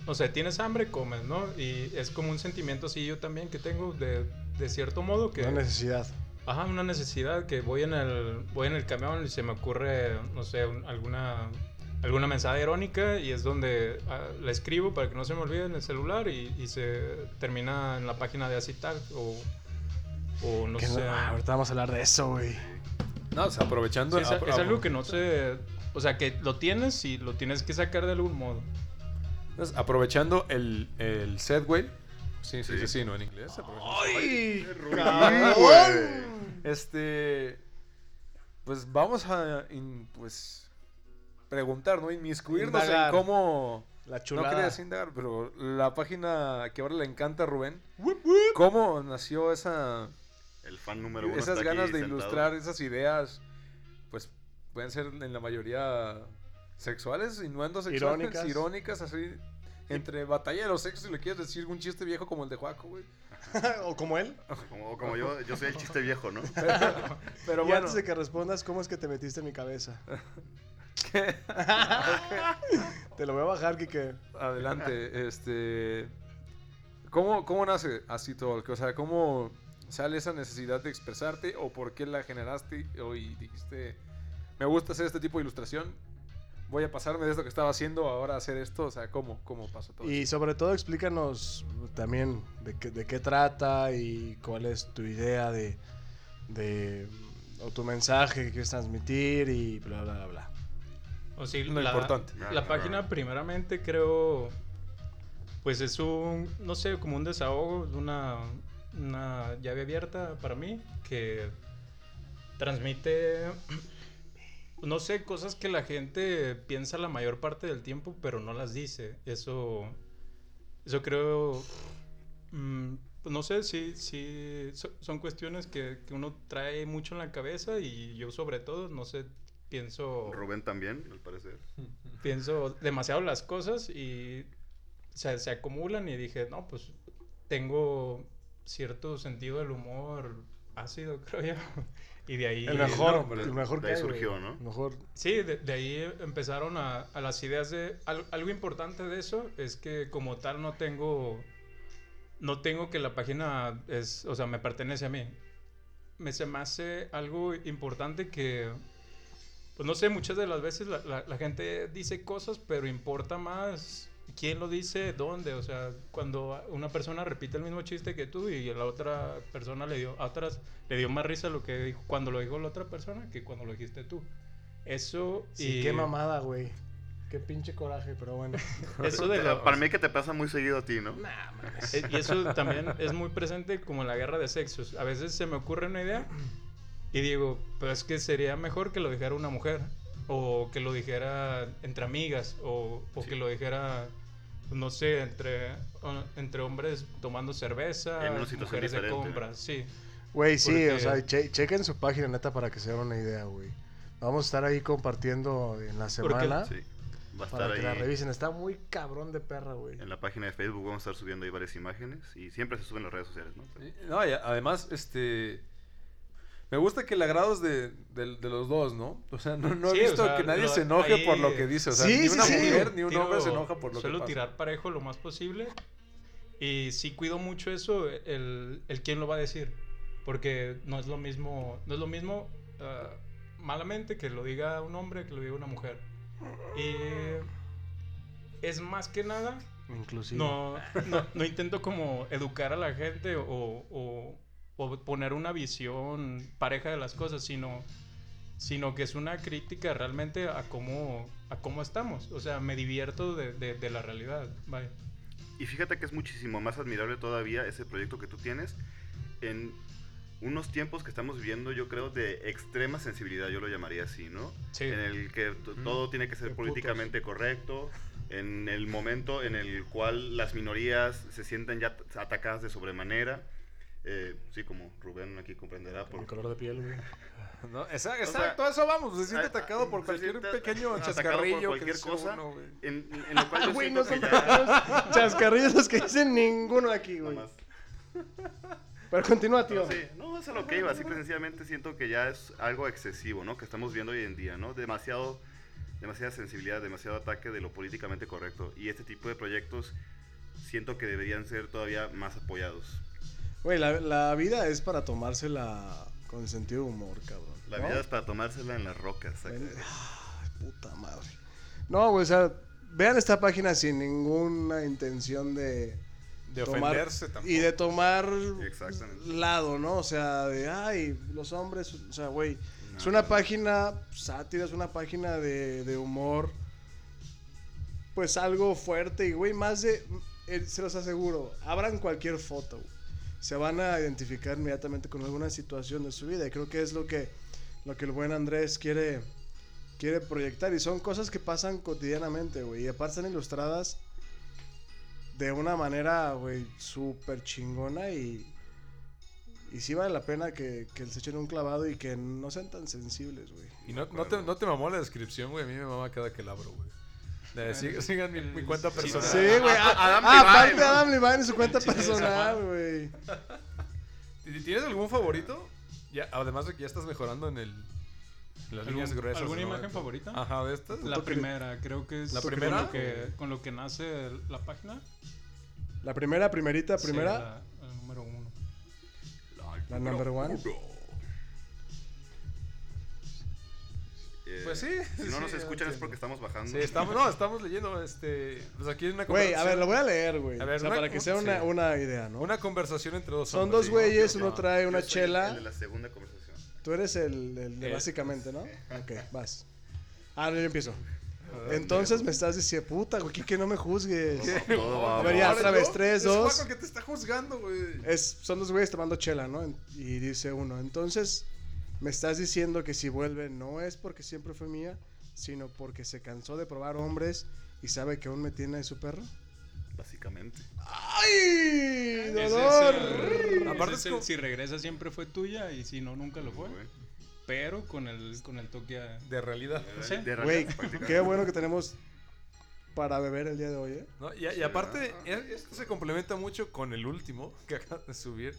no sé, tienes hambre, comes, ¿no? Y es como un sentimiento así yo también que tengo de, de cierto modo que...
No necesidad.
Ajá, una necesidad que voy en el, voy en el camión y se me ocurre, no sé, un- alguna, alguna mensaje irónica y es donde ah, la escribo para que no se me olvide en el celular y, y se termina en la página de Acitag o, o no
Que no-
sé.
ah, ahorita vamos a hablar de eso, güey.
No, o sea, aprovechando.
Sí, es,
apro-
es algo que no se... O sea, que lo tienes y lo tienes que sacar de algún modo.
Entonces, aprovechando el, el segue, sí, sí, sí,
Sí.
sí, no en inglés. aprovechando.
¡Ay!
Ah, güey.
Este, pues vamos a, in- pues, preguntar, ¿no? Inmiscuirnos
Indagar.
en cómo,
La
no
chulada.
querías indagar, pero la página que ahora le encanta a Rubén, ¿cómo nació esa,
El fan número uno.
esas
está
ganas
aquí
de
sentado.
ilustrar esas ideas? Pues pueden ser en la mayoría sexuales, innuendos sexuales,
Irónicas.
irónicas, así, entre batalla de los sexos, si le quieres decir un chiste viejo como el de Juaco, güey.
[LAUGHS] ¿O como él?
Como, como yo, yo soy el chiste viejo, ¿no?
Pero, pero
y
bueno.
antes de que respondas, ¿cómo es que te metiste en mi [LAUGHS] cabeza?
¿qué?
Te lo voy a bajar, Kike.
Adelante, este. ¿Cómo, cómo nace así todo? O sea, ¿cómo sale esa necesidad de expresarte o por qué la generaste o y dijiste, me gusta hacer este tipo de ilustración, voy a pasarme de esto que estaba haciendo ahora a hacer esto? O sea, ¿cómo, cómo pasó todo?
Y
eso?
sobre todo, explícanos también de qué, de qué trata y cuál es tu idea de, de. o tu mensaje que quieres transmitir y bla, bla, bla, bla.
O sí,
Lo
[LAUGHS]
la,
importante.
La página primeramente creo, pues es un, no sé, como un desahogo, es una, una llave abierta para mí que transmite, [CLEARS THROAT] no sé, cosas que la gente piensa la mayor parte del tiempo, pero no las dice. Eso, eso creo, mm, pues no sé, sí, sí, so- son cuestiones que, que uno trae mucho en la cabeza y yo sobre todo, no sé, pienso,
Rubén también, al parecer.
pienso demasiado las cosas y se, se acumulan y dije, no, pues tengo cierto sentido del humor ácido, [LAUGHS] creo yo. Y de ahí...
El mejor,
no, pero
el mejor
de ahí
que hay, güey.
surgió, ¿no?
El mejor.
Sí, de, de ahí empezaron a, a las ideas de... al- algo importante de eso es que como tal no tengo... No tengo que la página es... O sea, me pertenece a mí. Me se me hace algo importante que... Pues no sé, muchas de las veces la, la- la gente dice cosas, pero importa más quién lo dice, dónde. O sea, cuando una persona repite el mismo chiste que tú y la otra persona le dio, a otras, le dio más risa lo que dijo, cuando lo dijo la otra persona que cuando lo dijiste tú. Eso
Sí,
y
qué mamada, güey. Qué pinche coraje, pero [LAUGHS] bueno.
eso de
Te-
la-
Para mí que te pasa muy seguido a ti, ¿no?
Ah,
Eh, Y eso también es muy presente como en la guerra de sexos. A veces se me ocurre una idea y digo, pero es que sería mejor que lo dijera una mujer. O que lo dijera entre amigas. O, o que lo dijera, no sé, entre, o- entre hombres tomando cerveza.
En una situación
mujeres de
diferente, ¿no?
compra, sí.
Güey, sí,
Porque-
o sea, che- chequen su página neta para que se den una idea, güey. Vamos a estar ahí compartiendo en la
¿Ah?
semana
Sí. Va a estar
para que la
ahí.
revisen. Está muy cabrón de perra, güey.
En la página de Facebook vamos a estar subiendo ahí varias imágenes y siempre se suben las redes sociales, ¿no? Pero-
No, y además, este. Me gusta que el agrado es de, de- de los dos, ¿no? O sea, no, no
Sí,
he
o
visto
sea,
que nadie
lo-
se enoje
ahí-
por lo que dice. O sea,
Sí,
ni
sí,
una
sí.
mujer ni un
Tiro-
hombre se enoja por lo que
Suelo
pasa.
tirar parejo lo más posible. Y sí cuido mucho eso, el, el quién lo va a decir. Porque no es lo mismo, no es lo mismo ah, malamente que lo diga un hombre que lo diga una mujer. Y es más que nada,
Inclusive.
no, no, no intento como educar a la gente o, o- o poner una visión pareja de las cosas, sino, sino que es una crítica realmente a cómo, a cómo estamos. O sea, me divierto de, de- de la realidad. Vaya.
Y fíjate que es muchísimo más admirable todavía ese proyecto que tú tienes en unos tiempos que estamos viviendo, yo creo, de extrema sensibilidad, yo lo llamaría así, ¿no?
Sí.
Eh,
En el que t- todo tiene que ser
Qué
políticamente correcto, en el momento en el cual las minorías se sienten ya t- atacadas de sobremanera. Eh, sí, como Rubén aquí comprenderá.
Por el
por-
color de piel,
[LAUGHS]
güey.
No, exa-
sea,
exacto, a eso vamos. Se siente
a- a-
atacado por
se
cualquier
siente
pequeño
atacado por
chascarrillo. que
cualquier
dice
cosa.
uno, güey.
En, en lo cual yo
[LAUGHS] Güey,
siento
no son
que ya-
Chascarrillos los que dicen ninguno de aquí, güey.
nomás.
Pero continúa, tío.
No, sí, no, es a lo que iba. Así que sencillamente siento que ya es algo excesivo, ¿no? Que estamos viendo hoy en día, ¿no? Demasiado, demasiada sensibilidad, demasiado ataque de lo políticamente correcto. Y este tipo de proyectos siento que deberían ser todavía más apoyados.
Güey, la, la vida es para tomársela con sentido de humor, cabrón.
La
¿no?
vida es para tomársela en las rocas. eh, acá.
Ven- Ay, puta madre. No, güey, o sea, vean esta página sin ninguna intención de.
De
tomar-
ofenderse tampoco.
Y de tomar
Exactamente.
lado, ¿no? O sea, de, ay, los hombres, o sea, güey. Es una página sátira, es una página de, de humor. Pues algo fuerte y, güey, más de... eh, se los aseguro, abran cualquier foto, güey. Se van a identificar inmediatamente con alguna situación de su vida. Y creo que es lo que, lo que el buen Andrés quiere, quiere proyectar. Y son cosas que pasan cotidianamente, güey. Y aparte están ilustradas de una manera, güey, súper chingona y... Y sí vale la pena que, que se echen un clavado y que no sean tan sensibles, güey.
Y no, no, te, no te mamó la descripción, güey. A mí me mama cada que la abro, güey. La de, sig- sigan mi, mi cuenta
Sí,
personal.
Sí, güey.
Ah,
Ah,
Adam
ah,
Levine,
aparte
¿no?
Adam Levine en su cuenta
Sí, esa
personal,
madre.
güey.
¿Ti- ¿Tienes algún favorito? Ya, además de que ya estás mejorando en el. en las líneas
¿Algún-
gruesas.
¿Alguna
¿no?
imagen favorita?
Ajá, de estas.
La primera, creo que es
¿La
con
primera?
lo que- con lo que nace el- la página.
La primera, primerita,
Sí,
primera.
la- la número uno.
La number one.
Eh,
Pues sí,
Si no
sí,
nos
ya
escuchan es
entiendo.
porque estamos bajando.
Sí,
[LAUGHS]
estamos, no, estamos leyendo. Este, pues aquí es una
Güey, a ver, lo
conversación-
voy a leer, güey.
A ver,
O sea,
una-
para que sea
un-
una,
sí.
una idea, ¿no?
Una conversación entre dos
Son
hombres,
dos
sí,
güeyes,
yo-
uno
yo-
trae
yo
una
soy el-
chela.
el de la segunda
[LAUGHS]
conversación.
Tú eres el, el de
Eh.
básicamente, ¿no? Ok, vas. Ah, no, yo empiezo.
Ah,
Entonces me estás diciendo, puta, güey, que no me juzgues.
Todo va
A ver, ya,
abajo.
otra vez, tres,
Es
dos. Eh.
Juaco que te está juzgando, güey.
Es, son los güeyes tomando chela, ¿no? En- Y dice uno, entonces me estás diciendo que si vuelve no es porque siempre fue mía, sino porque se cansó de probar hombres y sabe que aún me tiene de su perro.
Básicamente.
¡Ay!
Ese es
¡Dolor!
el- Aparte
Aparte
es
es como-
el, si regresa siempre fue tuya y si no, nunca lo fue. Pero con el, con el toque a...
De realidad.
Sí.
De
Güey,
realidad, prácticamente.
qué bueno que tenemos para beber el día de hoy, ¿eh?
¿no? Y, y
Sí,
aparte,
¿verdad?
e- esto se complementa mucho con el último [LAUGHS] que acabas de subir.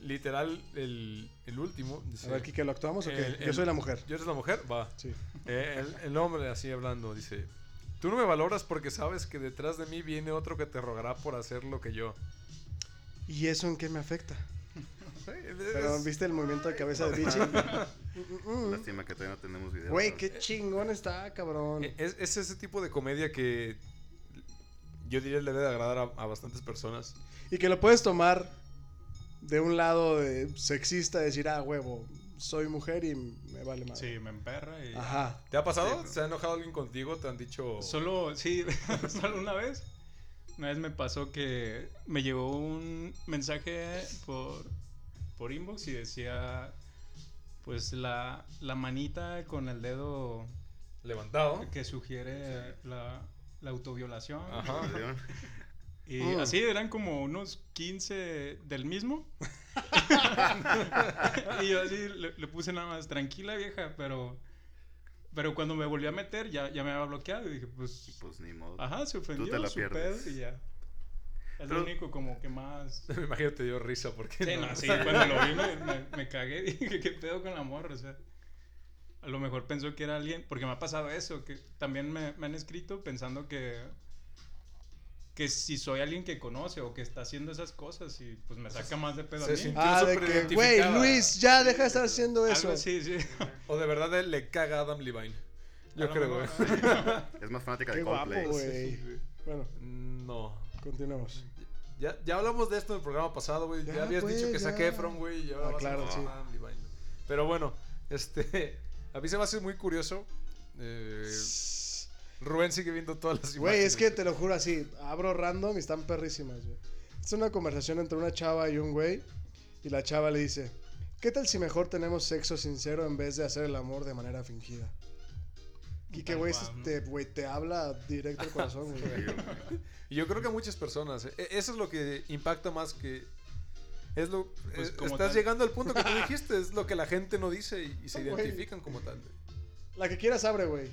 Literal, el, el último. dice,
A ver, Kike, ¿lo actuamos o qué?
El-
Yo
el-
soy la mujer.
¿Yo eres la mujer? Va.
Sí.
Eh, el, el hombre así hablando dice, tú no me valoras porque sabes que detrás de mí viene otro que te rogará por hacer lo que yo.
¿Y eso en qué me afecta?
Sí, es-
Pero ¿viste el movimiento de cabeza de
[LAUGHS]
Bichi? Mm, mm, mm.
Lástima que todavía no tenemos video.
Güey,
pero-
qué chingón está, cabrón.
es, es ese tipo de comedia que yo diría le debe de agradar a, a bastantes personas.
Y que lo puedes tomar de un lado de sexista, decir, ah, huevo, soy mujer y me vale más.
Sí, me emperra y...
Ajá.
¿Te ha pasado?
Sí.
¿Se ha enojado alguien contigo? ¿Te han dicho...
Solo, sí, [LAUGHS] solo una vez. Una vez me pasó que me llegó un mensaje por, por inbox y decía, pues la, la manita con el dedo
levantado?
que sugiere la, la autoviolación.
Ajá.
Y
Oh.
Mm.
así eran como unos 15
[LAUGHS]
del mismo. y yo así le, le puse nada más, tranquila vieja, pero... Pero cuando me volví a meter ya, ya me había bloqueado y dije, pues
Pues ni modo.
Ajá, se ofendió.
Tú te la
su
pierdes.
pedo y ya. Es
Pero-
lo único como que más...
[LAUGHS] Me imagino te dio risa porque...
Sí, no, sí, cuando lo vi me, me- me cagué. [LAUGHS] Dije, ¿qué pedo con la morra? O sea, a lo mejor pensó que era alguien... Porque me ha pasado eso, que también me, me han escrito pensando que... Que si soy alguien que conoce o que está haciendo esas cosas y pues me saca más de pedo a
Se
mí.
sintió
Ah, de
súper
que, güey,
identificada.
Luis, ya deja de estar haciendo
Algo
eso.
así, sí. [LAUGHS]
O de verdad él le caga a Adam Levine. Yo
A lo
creo.
mejor,
güey.
Es más fanática
Qué
de
guapo,
Coldplay.
güey. Bueno,
No.
continuamos.
Ya, ya hablamos de esto en el programa pasado, güey. Ya,
Ya,
habías
güey,
dicho que
ya.
saqué Efron, güey. y ahora
Ah,
vas a
claro,
hablar
sí.
de Adam Levine, güey. Pero bueno, este... [LAUGHS] A mí se me hace muy curioso. eh, Rubén sigue viendo todas las
Güey,
imágenes.
es que te lo juro así, abro random y están perrísimas, güey. Es una conversación entre una chava y un güey y la chava le dice, ¿qué tal si mejor tenemos sexo sincero en vez de hacer el amor de manera fingida? Y que,
Tal
güey,
cual, ¿no?
este, güey, te habla directo al corazón,
Sí,
[LAUGHS]
güey.
güey.
Y yo creo que a muchas personas. eh, e- Eso es lo que impacta más que. Es lo.
Pues
eh,
como
estás
tal.
llegando al punto que
[LAUGHS]
tú dijiste. Es lo que la gente no dice y, y se
Güey.
identifican como tal.
La que quieras abre, güey.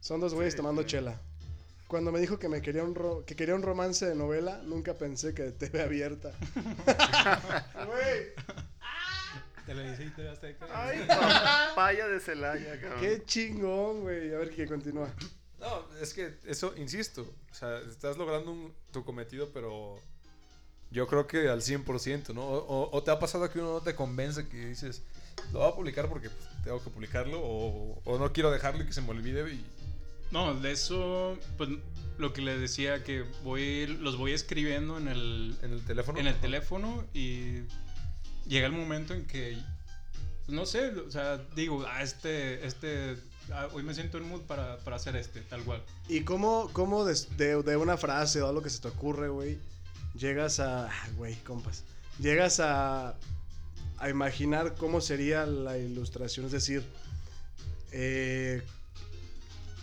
Son dos güeyes
Sí,
tomando
sí.
chela. Cuando me dijo que me quería un ro- que quería un romance de novela, nunca pensé que de
[LAUGHS]
TV abierta. Güey,
Te lo hice y te daste
Ay, papaya de Celaya, cabrón.
qué chingón, güey. A ver que continúa.
No, es que eso, insisto. O sea, estás logrando un- tu cometido, pero. Yo creo que al 100%, ¿no? O, o- o te ha pasado que uno no te convence que dices. Lo voy a publicar porque pues, tengo que publicarlo. O, o no quiero dejarlo y que se me olvide. Y,
No, de eso, pues lo que les decía, que voy, los voy escribiendo en el,
en el teléfono.
en el
Ajá.
teléfono y llega el momento en que, pues, no sé, o sea, digo, ah, este, este, ah, hoy me siento en mood para, para hacer este, tal cual.
¿Y cómo, cómo des- de, de una frase o algo que se te ocurre, güey, llegas a. ah, Güey, compas. Llegas a. a imaginar cómo sería la ilustración. Es decir, eh,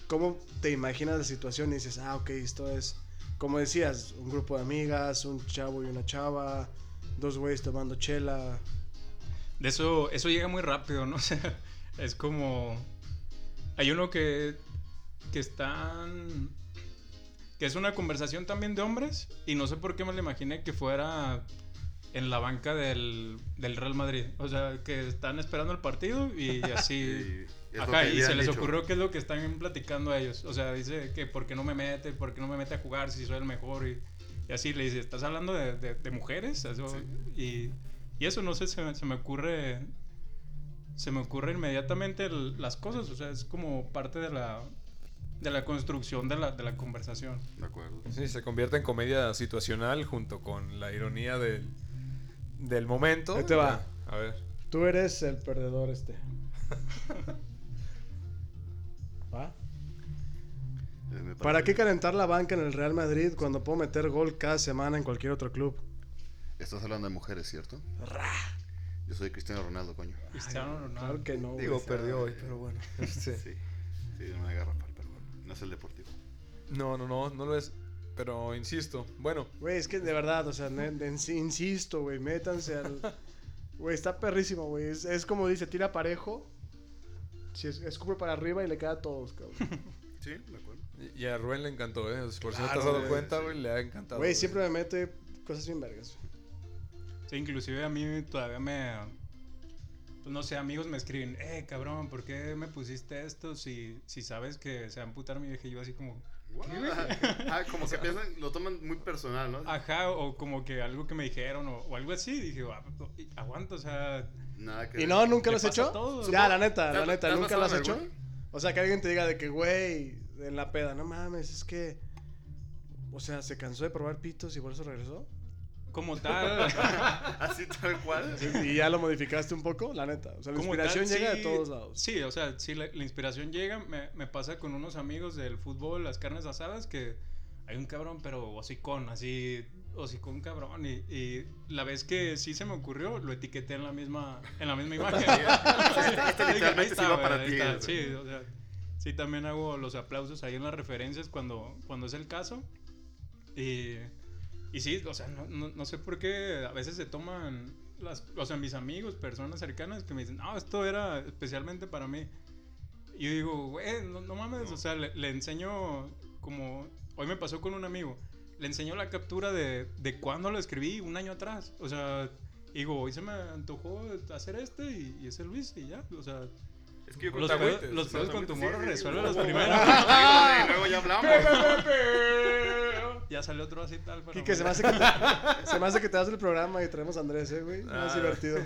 ¿cómo te imaginas la situación y dices, ah, ok, esto es. Como decías, un grupo de amigas, un chavo y una chava, dos güeyes tomando chela.
De eso, eso llega muy rápido, ¿no? [LAUGHS] O sea, es como. Hay uno que. que están. que es una conversación también de hombres. Y no sé por qué me lo imaginé que fuera en la banca del, del Real Madrid. O sea, que están esperando el partido y así.
Y es lo
Ajá,
que
y
habían
se les
dicho.
ocurrió que es lo que están platicando a ellos. O sea, dice que por qué no me mete, por qué no me mete a jugar si soy el mejor. Y, y así le dice, ¿estás hablando de, de- de mujeres? Eso- y, y eso, no sé, se, me- se me ocurre. Se me ocurre inmediatamente el- las cosas. O sea, es como parte de la, de la construcción de la, de la conversación.
De acuerdo.
Sí, se convierte en comedia situacional junto con la ironía del, del momento.
Ahí te va.
Ya, A ver.
Tú eres el perdedor este. ¿Va?
Eh, me
¿Para qué
parece-
calentar la banca en el Real Madrid cuando puedo meter gol cada semana en cualquier otro club?
Estás hablando de mujeres, ¿cierto? Yo soy Cristiano Ronaldo, coño.
Cristiano Ronaldo.
Claro que no. güey.
Digo,
sea,
perdió hoy,
eh,
pero [LAUGHS] bueno.
Sí.
este,
Sí, no me agarra pal, pero bueno. No es el deportivo.
No, no, no, no lo es. Pero insisto, bueno,
Güey, es que de verdad, o sea, ne- de- ins- insisto, güey, métanse al. Güey, está perrísimo, güey. Es, es como dice, tira parejo. Si es- escupe para arriba y le queda a todos, cabrón.
Sí, de acuerdo.
y- y a Rubén le encantó, ¿eh? Por si no te
Claro,
has dado
güey,
cuenta,
sí.
güey, le ha encantado.
Güey, siempre me mete cosas bien vergas. güey.
Sí, inclusive a mí todavía me... pues, no sé, amigos me escriben, eh, cabrón, ¿por qué me pusiste esto si, si sabes que se va a amputar mi vieja? Y yo así como,
Ah, como que piensan, lo toman muy personal, ¿no?
ajá, o como que algo que me dijeron o, o algo así. Dije, "Ah, aguanta, o sea...
Nada que
¿Y
ver.
no, nunca
Le
lo has
pasa
hecho?
a todos.
Ya, la neta,
¿Te ha-
la
te
neta,
ha
¿nunca lo has
pasado
hecho?
en alguna?
O sea, que alguien te diga de que, güey, en la peda, no mames, es que. O sea, se cansó de probar pitos y por eso regresó.
Como tal,
[LAUGHS] Así tal cual.
Y ya lo modificaste un poco, la neta. O sea, [LAUGHS] la
como
inspiración
tal,
llega
sí-
de todos lados.
Sí, o sea, sí, la, la inspiración llega. Me, me pasa con unos amigos del fútbol, las carnes asadas, que hay un cabrón, pero hocicón, así, hocicón cabrón. Y, y la vez que sí se me ocurrió, lo etiqueté en la misma, en la misma
[LAUGHS]
imagen.
este
Dije, "Ahí
literalmente
está,
sí va
güey,
para
ahí
ti",
está".
o sea.
Sí, o sea, sí, también hago los aplausos ahí en las referencias cuando, cuando es el caso. Y. Y sí, o sea, no, no- no sé por qué a veces se toman, las, o sea, mis amigos, personas cercanas que me dicen, no, esto era especialmente para mí. Y yo digo, güey, no, no mames, o sea, le, le enseño como, hoy me pasó con un amigo, le enseño la captura de, de cuando lo escribí un año atrás. O sea, digo, hoy se me antojó hacer este y, y es el Luis y ya, o sea,
Es que yo
los
agüites,
pedos, los
no
pedos
te
con tu
Sí, sí,
morro
sí,
resuelven
sí, [LAUGHS]
los
sí,
primeros.
sí, Y luego ya
[LAUGHS]
hablamos.
ya salió otro así tal, pero...
Quique, se me,
bueno.
hace que te, se me hace que te das el programa y traemos a Andrés, eh, güey.
Ah,
Más
[LAUGHS]
divertido.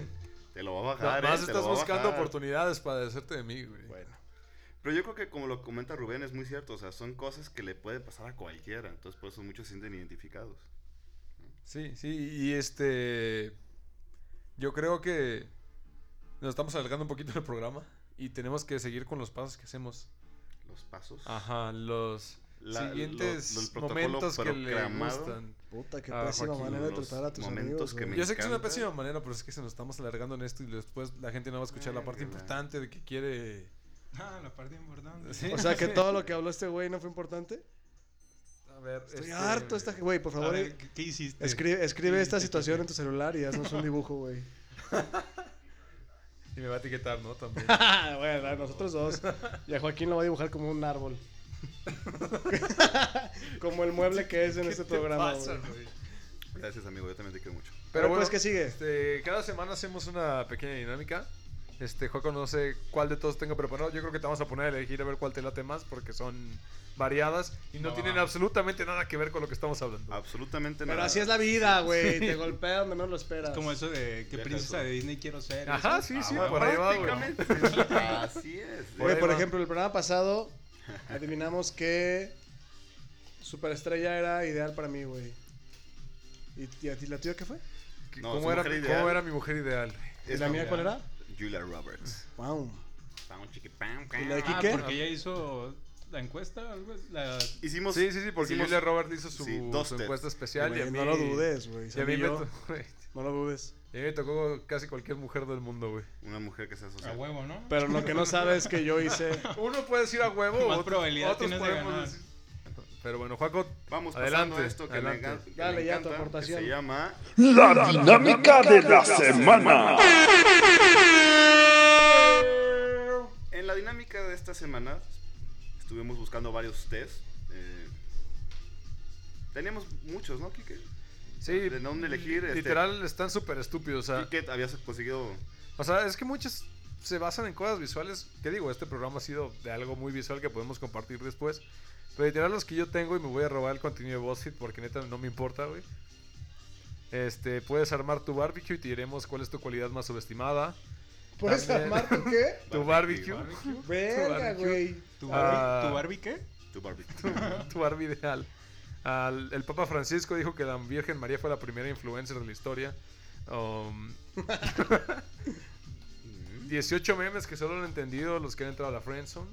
Te lo voy a bajar.
Además
eh, te
estás
lo voy a
buscando
bajar.
oportunidades para deshacerte de mí, güey.
Bueno.
Pero yo creo que como lo comenta Rubén es muy cierto, o sea, son cosas que le puede pasar a cualquiera, entonces por eso muchos se sienten identificados.
Sí, sí, y este. Yo creo que nos estamos alargando un poquito del programa y tenemos que seguir con los pasos que hacemos.
Los pasos.
Ajá, los
La-
siguientes
lo- el protocolo
momentos que le
proclamado.
gustan.
Puta, qué
Ah,
pésima
Joaquín,
manera de
los
tratar a tus
momentos
amigos.
que
güey.
me-
Yo sé que es una
encanta.
pésima manera, pero es que se nos estamos alargando en esto y después la gente no va a escuchar la parte
Verga.
importante de que quiere.
[LAUGHS] Ah, la parte importante.
Sí.
O sea,
[LAUGHS]
que todo lo que habló este güey no fue importante.
A ver,
Estoy
este-
harto esta güey, por
A
favor.
ver,
eh,
¿qué- ¿qué hiciste?
Escribe, escribe
Sí,
esta
sí,
situación
sí.
en tu celular y haznos un dibujo,
[LAUGHS]
güey.
Y me va a etiquetar, ¿no?
[LAUGHS]
También.
bueno, a nosotros dos. Y a Joaquín lo va a dibujar como un
[LAUGHS]
árbol. [LAUGHS] como el mueble que es en este programa. güey.
Gracias amigo, yo también te quiero mucho.
Pero pues, ¿qué sigue?
Este, cada semana hacemos una pequeña dinámica. Este, Juaco, no sé cuál de todos tengo preparado. Yo creo que te vamos a poner a elegir a ver cuál te late más porque son variadas y no,
No.
tienen absolutamente nada que ver con lo que estamos hablando.
Ah, Absolutamente
Pero
nada.
así es la vida, güey. Te golpea donde menos lo
Es
esperas.
como eso de qué
Deja
princesa
eso.
de Disney quiero ser.
Ajá,
eso.
sí,
Ah,
sí,
bueno,
por ahí va, güey.
prácticamente. así es.
Por
Güey,
ahí
por
va.
ejemplo, el programa pasado adivinamos que Superestrella era ideal para mí, güey. ¿Y, y a ti la tuya qué fue?
eh. No,
¿Cómo,
su
era,
mujer
cómo
ideal
era mi mujer ideal?
¿Y
es
la mía cuál era?
Julia Roberts.
Wow.
Pam, chiqui, pam,
¿Y la de
Ah,
Quique?
porque ella hizo la encuesta, algo. La...
Hicimos
Sí, sí, sí, porque
Pues, hicimos-
Julia Roberts hizo su,
sí, dos
su
test.
encuesta especial y a
Güey,
mí,
No lo dudes, güey.
Y a mí
Salí
me,
yo.
to- [LAUGHS] güey,
No lo dudes.
y a mí me tocó casi cualquier mujer del mundo, güey.
una mujer que se asocia.
A
Ah,
huevo, ¿no?
Pero lo que no sabes es que yo hice.
Uno puede decir a huevo,
Más
otros-
probabilidad
otros
tienes de
podemos
ganar.
decir- Pero bueno, Juaco,
Vamos pasando
adelante,
a esto que
adelante.
me engan- que
Dale,
me
ya, tu
encanta,
aportación.
que se llama
La dinámica de la semana.
En la dinámica de esta semana estuvimos buscando varios test. eh, teníamos muchos, ¿no, Kike?
Sí,
de dónde elegir, este-
Literal, están súper estúpidos. O sea,
Kike, habías conseguido.
o sea, es que muchas se basan en cosas visuales. ¿Qué digo? Este programa ha sido de algo muy visual que podemos compartir después. Pero literal, los que yo tengo y me voy a robar el contenido de BuzzFeed porque neta no me importa, güey. Este, puedes armar tu barbecue y te diremos cuál es tu cualidad más subestimada.
¿Puedes
También.
armar tu qué?
Tu barbecue.
[LAUGHS] Verga,
barbecue.
güey.
¿Tu,
Ah.
Barbie, ¿Tu Barbie qué?
Tu [LAUGHS] barbecue.
[LAUGHS] tu Barbie ideal. Al- el Papa Francisco dijo que la Virgen María fue la primera influencer de la historia. Um,
Mm.
18 memes que solo han entendido los que han entrado a la Friendzone.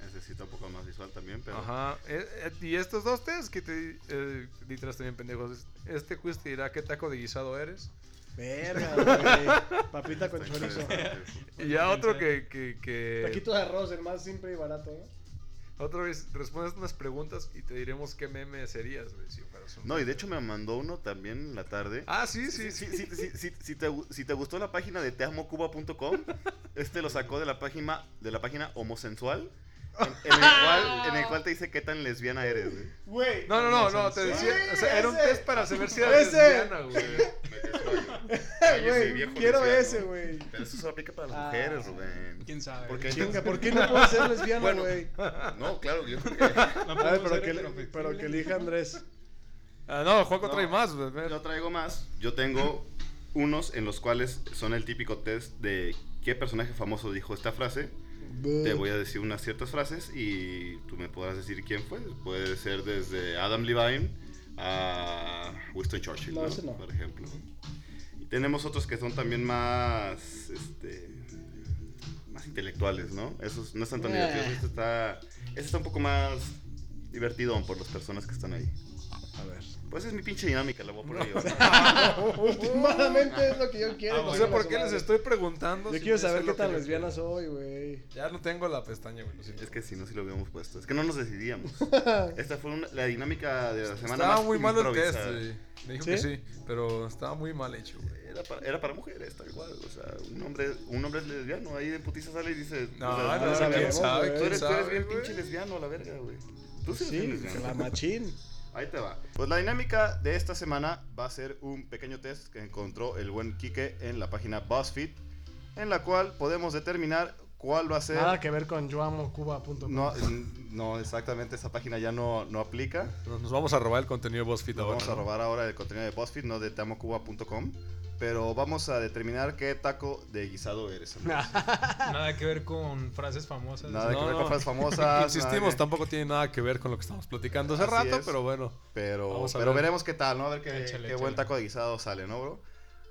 Necesita un poco más visual también, pero.
Ajá. Eh, eh, y estos dos test que te eh, literas también pendejos. Este juez te dirá qué taco de guisado eres.
Verga, güey. Papita con
está
chorizo.
interesante.
Y ya
Bueno,
otro
pensé.
que. que, que-
Taquito de arroz, el más simple y barato, ¿no?
Otra vez, respondes unas preguntas y te diremos qué meme serías, güey, si fueras un-
No, y de hecho me mandó uno también en la tarde.
Ah, sí,
Sí,
sí,
sí, sí, sí, sí, si, te, gu- si te gustó la página de teamocuba.com, este lo sacó de la página de la página homosensual, en, en el cual, en el cual te dice qué tan lesbiana eres. güey.
Güey.
No, no, no, no, te decía,
Sí,
o sea, era un
ese.
test para saber si eras
Ese.
lesbiana, güey.
[LAUGHS]
Ay, ese
Güey,
viejo
quiero
lesbiano.
ese, güey.
Pero eso solo aplica para las
Ah.
mujeres, Rubén.
¿Quién sabe?
Porque
Chinga, ¿por qué no puedo ser lesbiana,
Bueno.
güey?
no, claro, yo creo
[LAUGHS]
que
No
A ver,
podemos
pero
ser
que, le-
heteroflexibles.
pero que elija Andrés.
Ah, no, Juanco
No.
trae más, güey.
no traigo más. Yo tengo unos en los cuales son el típico test de qué personaje famoso dijo esta frase. Te voy a decir unas ciertas frases y tú me podrás decir quién fue. Puede ser desde Adam Levine a Winston Churchill,
No,
¿no?
ese no.
por ejemplo. Y tenemos otros que son también más, este, más intelectuales, ¿no? Esos no están tan
Eh.
divertidos. Este está, este está un poco más divertido por las personas que están ahí.
A ver.
Pues es mi pinche dinámica, la voy a poner yo.
Últimamente es lo que yo quiero.
Ah,
No
bueno.
sé
chinga
por
su
qué les
madre.
estoy preguntando.
Yo
si
quiero
yo sé
saber qué
lo
tan
que yo
lesbiana soy, güey.
quiero. Ya no tengo la pestaña, güey. lo siento.
Es que si no, si lo hubiéramos puesto. Es que no nos decidíamos. Esta fue una- la dinámica de la semana
Estaba
más
muy malo el test,
improvisada.
güey. Me dijo
¿Sí?
que sí, pero estaba muy mal hecho, güey.
Era para, era para mujeres, tal cual. O sea, un hombre, un hombre es lesbiano. Ahí de putiza sale y dice:
No,
o sea,
no,
tú eres-
quién sabe,
güey.
tú,
quién
eres, tú eres
sabe,
bien
güey.
pinche lesbiano, a la verga, güey. Tú sí, eres
Sí,
bien
la
lesbiano.
machín.
Ahí te va. Pues la dinámica de esta semana va a ser un pequeño test que encontró el buen Quique en la página BuzzFeed, en la cual podemos determinar cuál va a ser.
Nada que ver con yoamocuba.com.
No, no, exactamente, esa página ya no, no aplica.
Nos nos vamos a robar el contenido de BuzzFeed
Lo
ahora,
vamos a
¿no?
robar ahora del contenido de BuzzFeed, no de tamocuba.com. Pero vamos a determinar qué taco de guisado eres. amigo.
Nada que ver con frases famosas.
Nada
Ah. No,
que ver con
no. [LAUGHS]
frases famosas. nada
Insistimos,
que-
tampoco tiene nada que ver con lo que estamos platicando hace
Así
rato,
es.
pero bueno.
Pero,
Vamos a
pero
ver.
veremos qué tal, ¿no? A ver qué,
Échale,
qué buen
échale.
taco de guisado sale, ¿no, bro?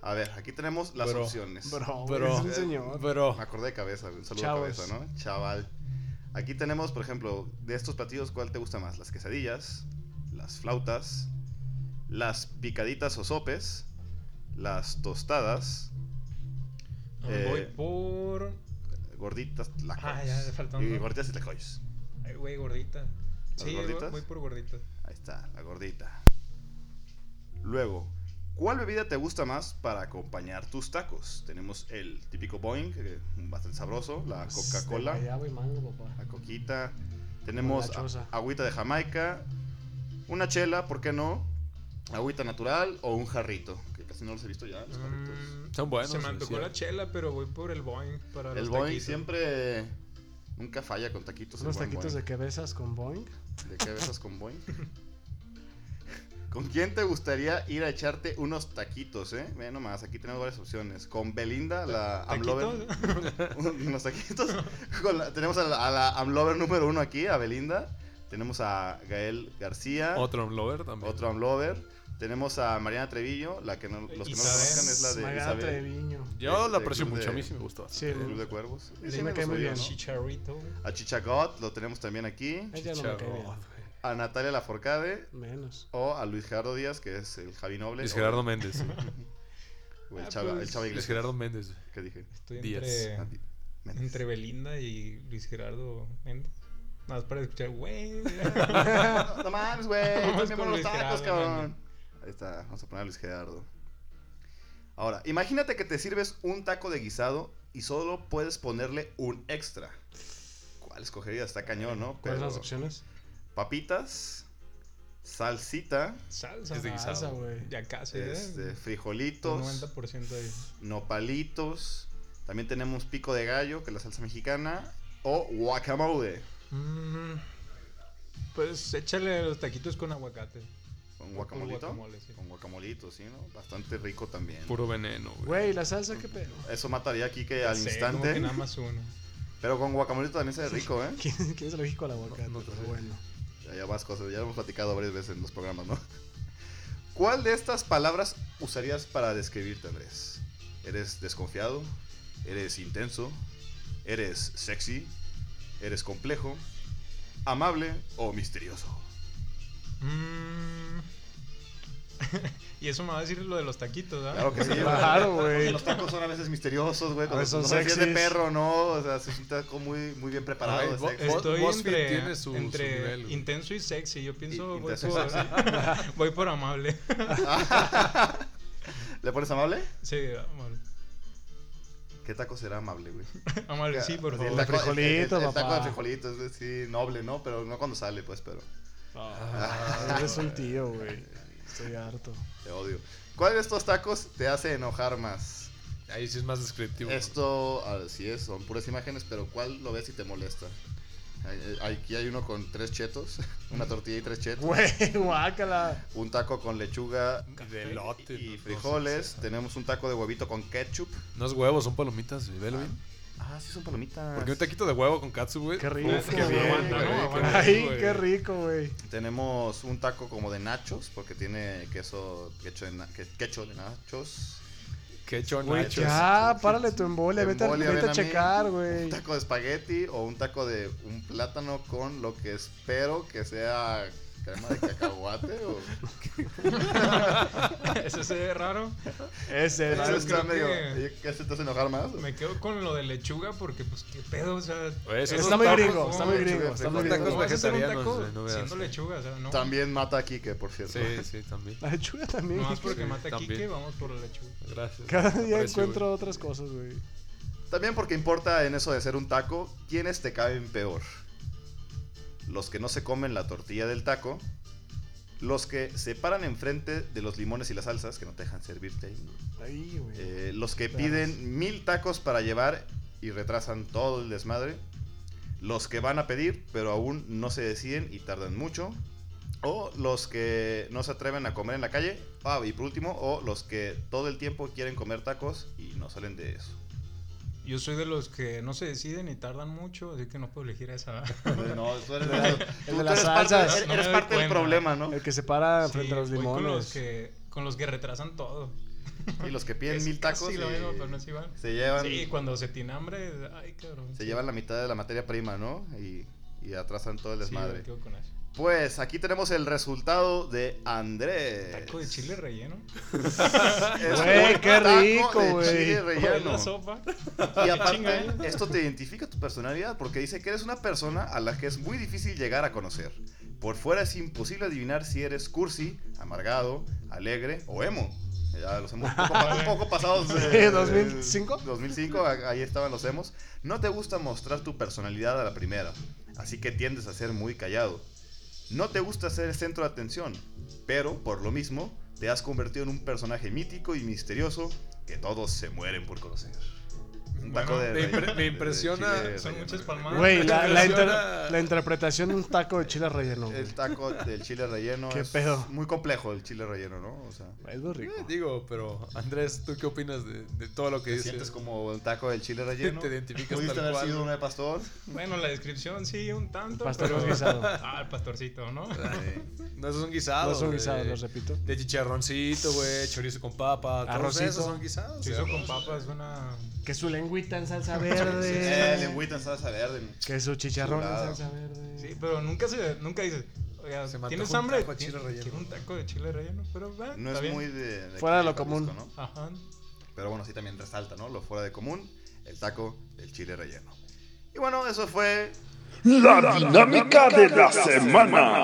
A ver, aquí tenemos las
Bro.
opciones.
Bro,
Pero-
es un señor.
Pero,
Me acordé de cabeza, un saludo
Chavos.
de cabeza, ¿no? Chaval. Aquí tenemos, por ejemplo, de estos platillos, ¿cuál te gusta más? Las quesadillas, las flautas, las picaditas o sopes, las tostadas,
Ah,
Eh,
Voy por.
gorditas, tlacoyos.
Ah, ya, le falta
Y
uno.
gorditas y tlacoyos.
Ay, güey, gordita.
¿Las
Sí, voy-
gorditas?
voy por gordita.
Ahí está, la gordita. Luego, ¿cuál bebida te gusta más para acompañar tus tacos? Tenemos el típico Boeing, eh, bastante sabroso, la
De
Coca-Cola,
guayaba y Este, mango, papá.
la coquita. Tenemos
Con la
a-
choza.
agüita de Jamaica, una chela, ¿por qué no? Agüita natural o un jarrito, que casi no los he visto ya, los jarritos.
Mm,
Son buenos,
Se me
sí,
antojó
sí.
la chela, pero voy por el Boeing. Para
El
los
Boeing
taquitos.
siempre nunca falla con taquitos. el
Unos
buen
taquitos
Boing.
de cabezas con Boeing.
¿De qué besas con Boing? ¿Con quién te gustaría ir a echarte unos taquitos, eh? Ve nomás, aquí tenemos varias opciones. Con Belinda, la Amlover.
¿Taquitos?
[LAUGHS] Unos taquitos. Con la- tenemos a la, a la Amlover número uno aquí, a Belinda. Tenemos a Gael García, otro,
otro lover también.
Amlover. Tenemos a Mariana Trevillo, la que no, los que no la
Isabel.
conozcan es la de
Mariana
Isabel.
Treviño.
Yo
El-
la
el
aprecio
club
mucho, a
de-
mí sí me gustó.
Sí,
El Club de Cuervos.
Sí,
Sí,
me cae
lo
muy
suyo,
bien.
¿no?
Chicharrito.
A Chichagot lo tenemos también aquí.
ella no me cae bien.
Chicharrón, güey.
A Natalia Laforcade.
Menos.
O a Luis Gerardo Díaz, que es el Javi Noble.
Luis
o-
Gerardo Méndez.
[LAUGHS] o el
Ah,
Chava, el
pues,
Chava
Luis
Iglesias.
Gerardo Méndez.
¿Qué dije?
Estoy
Diez.
entre,
Ah, Méndez.
entre Belinda y Luis Gerardo Méndez. Nada más para escuchar, güey.
[LAUGHS] No mames, güey.
Vamos
También
con
buenos
Luis
tacos,
Gerardo,
cabrón. Ahí está. Vamos a poner a Luis Gerardo. Ahora, imagínate que te sirves un taco de guisado y solo puedes ponerle un extra. ¿Cuál escogerías? Está cañón, ¿no?
¿Cuáles son
Pero
las opciones?
Papitas, salsita,
Salsa.
Es de guisado.
Salsa, güey.
Ya casi, ¿eh?
este, frijolitos,
90% ahí.
nopalitos. También tenemos pico de gallo, que es la salsa mexicana. O guacamole.
Mm, pues échale los taquitos con aguacate.
Con
Con
guacamolito.
guacamole, sí.
Con guacamolito, sí, ¿no? Bastante rico también.
Puro veneno, güey.
Güey, la salsa, qué pedo. [LAUGHS]
Eso mataría aquí que
Ya
al
sé, como que
instante.
nada más uno.
Pero con guacamolito también se ve rico,
[LAUGHS]
¿eh?
¿Quién, quién se lo dijo al aguacate?
No, no
Pero
sé.
bueno.
Ya más cosas, ya lo hemos platicado varias veces en los programas, ¿no? ¿Cuál de estas palabras usarías para describirte, Andrés? ¿Eres desconfiado? ¿Eres intenso? ¿Eres sexy? ¿Eres complejo? ¿Amable o misterioso?
Mm. [LAUGHS] y eso me va a decir lo de los taquitos, ¿verdad?
Claro que sí.
Claro, güey.
Los tacos son a veces misteriosos, güey.
veces son
no sé si es de
sexys.
perro, ¿no? O sea, es un taco muy, muy bien preparado.
Ay,
de
bo-
sexy.
bo-
Estoy
BuzzFeed
entre,
tiene su- su
entre
nivel, güey.
intenso y sexy. Yo pienso
Y-
voy,
intenso y
por, [LAUGHS] voy por amable.
¿Le pones amable?
Sí, amable.
¿Qué taco será amable, güey?
Amable, sí, por
Así,
favor.
el taco- el- el-
frijolito,
el, el taco
papá.
de frijolitos, güey, sí, noble, ¿no? Pero no cuando sale, pues, pero Ah,
Eres un tío, güey. Estoy harto.
te odio. ¿Cuál de estos tacos te hace enojar más?
Ahí sí es más descriptivo.
Esto, así es, son puras imágenes, pero ¿cuál lo ves y te molesta? Eh, eh, Aquí hay uno con tres chetos, [LAUGHS] una tortilla y tres
[LAUGHS]
chetos,
Güey, guácala.
un taco con lechuga
De elote.
y
no-
frijoles,
No, sé, o sea,
tenemos un taco de huevito con ketchup.
no es huevos, son palomitas, güey. Velo bien.
Ah, sí son palomitas.
Porque un taquito de huevo con katsu, güey.
Qué rico.
Uf, qué
güey.
bien,
Aguanta,
güey,
¿no?
qué
Aguanta.
rico,
Ay,
güey.
qué rico, güey.
Tenemos un taco como de nachos, porque tiene queso, queso de, na- que- queso de nachos.
Qué chon
Güey,
nachos.
ya, párale tu embolia. Vete, a-
Embolia,
vete
ven
a
mí.
checar, güey.
Un taco de espagueti o un taco de un plátano con lo que espero que sea crema de cacahuate.
[LAUGHS]
o...
[LAUGHS] Eso se ve raro.
[LAUGHS]
Ese,
Ese
Claro,
ese.
está
creo
medio-
que-
oye, ¿Ese te hace enojar más? o?
Me quedo con lo de lechuga porque, pues, qué pedo, o sea.
Güey, esos
Está
son
muy
tacos,
gringo, está muy
güey.
gringo, está muy
Son tacos
gringo.
¿cómo vas a hacer un
vegetarianos,
taco
güey, no veas,
siendo
güey.
lechuga? O sea, no.
También mata a Quique, por cierto.
Sí, sí, también.
La lechuga también.
Nomás porque
Sí,
mata a
también.
Kike, vamos por la lechuga.
Gracias.
[LAUGHS] Cada
Te
día
aprecio,
encuentro otras cosas, güey.
También porque importa en eso de ser un taco, ¿quiénes te caen peor? Los que no se comen la tortilla del taco, los que se paran enfrente de los limones y las salsas, que no te dejan servirte ahí,
Ahí, güey.
eh, los que piden mil tacos para llevar y retrasan todo el desmadre, los que van a pedir pero aún no se deciden y tardan mucho, o los que no se atreven a comer en la calle, ah, y por último, o los que todo el tiempo quieren comer tacos y no salen de eso.
Yo soy de los que no se deciden y tardan mucho, así que no puedo elegir a
Ah,
esa.
Pues, No, tú eres, de- tú
de las
eres parte,
salsas.
eres-
No me
eres
doy
parte del
cuenta.
problema, ¿no?
El que se para
Sí,
frente a los
voy
limones.
Con los, que, con los que retrasan todo.
Y los que piden
Es
mil tacos
casi
y
lo mismo, pero no es igual.
se llevan
Sí, cuando se tiene hambre, ay, cabrón.
se llevan la mitad de la materia prima, ¿no? Y, y atrasan todo el
Sí,
desmadre.
me quedo con eso.
pues aquí tenemos el resultado de Andrés.
Taco de chile relleno.
Es
Güey,
un
qué
taco de
rico, güey.
chile
Poner
relleno.
la sopa.
[LAUGHS] Y aparte,
chinga,
esto te identifica tu personalidad porque dice que eres una persona a la que es muy difícil llegar a conocer. Por fuera es imposible adivinar si eres cursi, amargado, alegre o emo. Ya los hemos un poco, pa- un poco pasados. de-
Sí, 2005.
2005, a- ahí estaban los emos. No te gusta mostrar tu personalidad a la primera, así que tiendes a ser muy callado. No te gusta ser el centro de atención, pero por lo mismo te has convertido en un personaje mítico y misterioso que todos se mueren por conocer. Un taco de
Bueno,
me
relleno,
impre- me
de- de
impresiona-
chile
Son
relleno.
muchas palmadas.
Güey, la, la inter-
Impresiona-
la interpretación de un taco de chile relleno. güey.
El taco del chile relleno
Qué
es
pedo.
muy complejo el chile relleno, ¿no? O sea,
Es muy rico.
Eh, digo, pero Andrés, ¿tú qué opinas de, de todo lo que
te
dices?
sientes como un taco del chile relleno.
Te identificas
Pudiste
tal
haber
cual.
sido uno de pastor.
Bueno, la descripción sí, un tanto.
Pastor
pero...
guisado.
Ah, el pastorcito, ¿no?
No, esos son guisados.
No son
güey.
guisados, los repito.
De chicharroncito, güey, chorizo con papa. Todos
Arrocito.
esos son guisados.
Se hizo
güey.
con papas una.
Que su lengüita en salsa
Eh,
verde.
lengüita en salsa verde.
que su chicharrón en
Chulada.
salsa verde.
Sí, pero nunca se, nunca dices. Oiga,
Se me
¿tienes
antoja un
hambre?
taco de chile
Tien-
relleno.
quiero un taco de chile relleno, pero va,
No
está
es
bien.
muy de, de
Fuera de lo
aquí, Jalisco,
común.
¿no?
Ajá.
Pero bueno, sí también resalta, ¿no? Lo fuera de común, el taco, el chile relleno. Y bueno, eso fue
La dinámica de la
I
semana.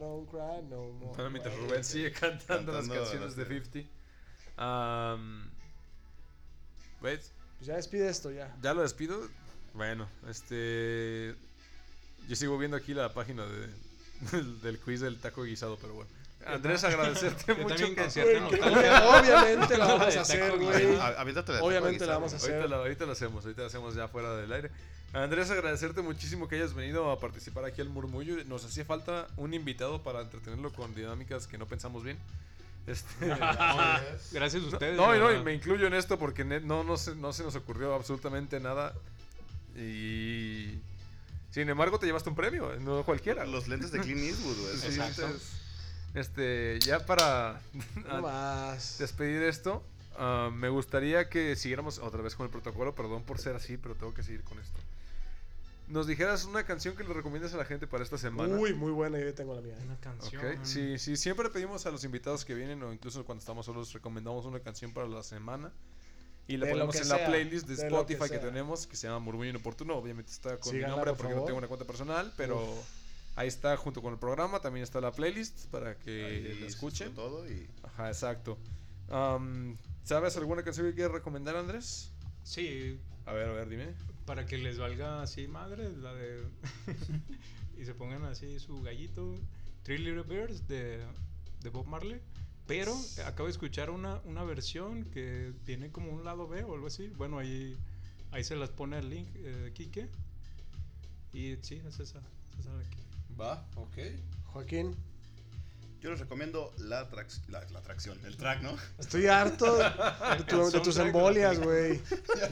don't cry no more.
Bueno, mientras Rubén sigue cantando, las
Cantando
canciones
las
de
de-
50. Am, ¿Ves?
Pues ya despide esto, ya.
¿Ya lo despido? Bueno, este. Yo sigo viendo aquí la página de- del, del quiz del taco guisado, pero bueno. [LAUGHS] Andrés, agradecerte
Yo
mucho
también
que
con cierta
[LAUGHS]
nostalgia.
Obviamente la vamos a
Taco
hacer,
guisado.
güey.
eh, A- aviéntate la de
Obviamente
taco
la vamos a
guisado.
Ahorita lo, ahorita lo hacemos, ahorita lo hacemos ya fuera del aire. Andrés, agradecerte muchísimo que hayas venido a participar aquí al murmullo. Nos hacía falta un invitado para entretenerlo con dinámicas que no pensamos bien. Este, [LAUGHS]
Gracias a ustedes.
no, y
la
no, y
verdad.
me incluyo en esto porque ne- no, no, se, no se nos ocurrió absolutamente nada. Y. Sin embargo, te llevaste un premio, no cualquiera.
Los lentes de Clint Eastwood, güey.
Sí,
Sí.
Exacto.
entonces, este, ya para
No más.
despedir esto, ah, me gustaría que siguiéramos otra vez con el protocolo. Perdón por ser así, pero tengo que seguir con esto. nos dijeras una canción que le recomiendas a la gente para esta semana.
Uy, muy buena, yo tengo la mía. ¿eh?
Una canción.
Ok, sí, sí, siempre pedimos a los invitados que vienen o incluso cuando estamos solos recomendamos una canción para la semana. Y la
De lo
ponemos
que
en la
sea,
playlist de,
de lo
Spotify
que
que,
sea.
tenemos, que se llama Murmullo Inoportuno. Obviamente está con mi
Síganla,
nombre
por
porque no
favor.
tengo una cuenta personal, pero ahí está junto con el programa. También está la playlist para que
Ahí
la
se
escuchen.
escuchó Todo y
Ajá, exacto. Am, ¿Sabes alguna canción que quieras recomendar, Andrés?
Sí,
A ver, a ver, dime.
para que les valga así madre, la de. [LAUGHS] y se pongan así su gallito. Three Little Birds de, de Bob Marley. Pero acabo de escuchar una, una versión que tiene como un lado B o algo así. Bueno, ahí, ahí se las pone el link, eh, Kike. Y sí, es esa. Es esa de aquí.
va, ok.
Joaquín,
Yo les recomiendo la, trax- la, la tracción, el track, ¿no? [LAUGHS]
estoy harto de, tu- de tus
soundtrack.
embolias, güey.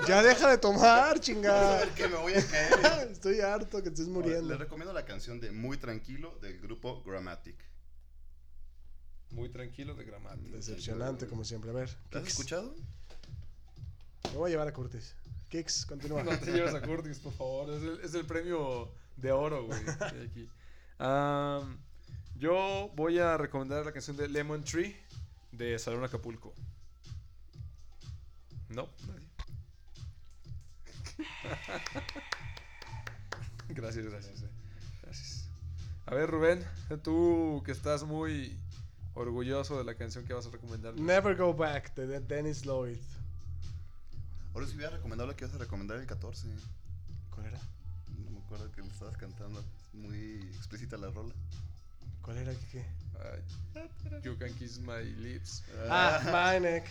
Ya deja de tomar, chingada.
Saber que me voy a
[LAUGHS]
caer.
Estoy harto que estés muriendo.
Les recomiendo la canción de Muy Tranquilo del grupo Grammatic.
Muy tranquilo de gramática.
Decepcionante, como siempre. A ver,
¿La has escuchado?
me voy a llevar a Curtis. Kicks, continúa.
No te lleves a Curtis, por favor. Es el, es el premio de oro, güey. que hay aquí. Am, yo voy a recomendar la canción de Lemon Tree de Salón Acapulco. No, nadie. [LAUGHS] gracias, gracias. eh. Gracias. A ver, Rubén, tú que estás muy orgulloso de la canción que vas a recomendar.
Never Go Back de de Dennis Lloyd.
Ahora sí hubiera recomendado la que ibas a recomendar el 14.
¿Cuál era?
No me acuerdo que le estabas cantando. Es muy explícita la rola.
¿Cuál era, Kike?
Ay, you can kiss my lips.
Ah, my neck,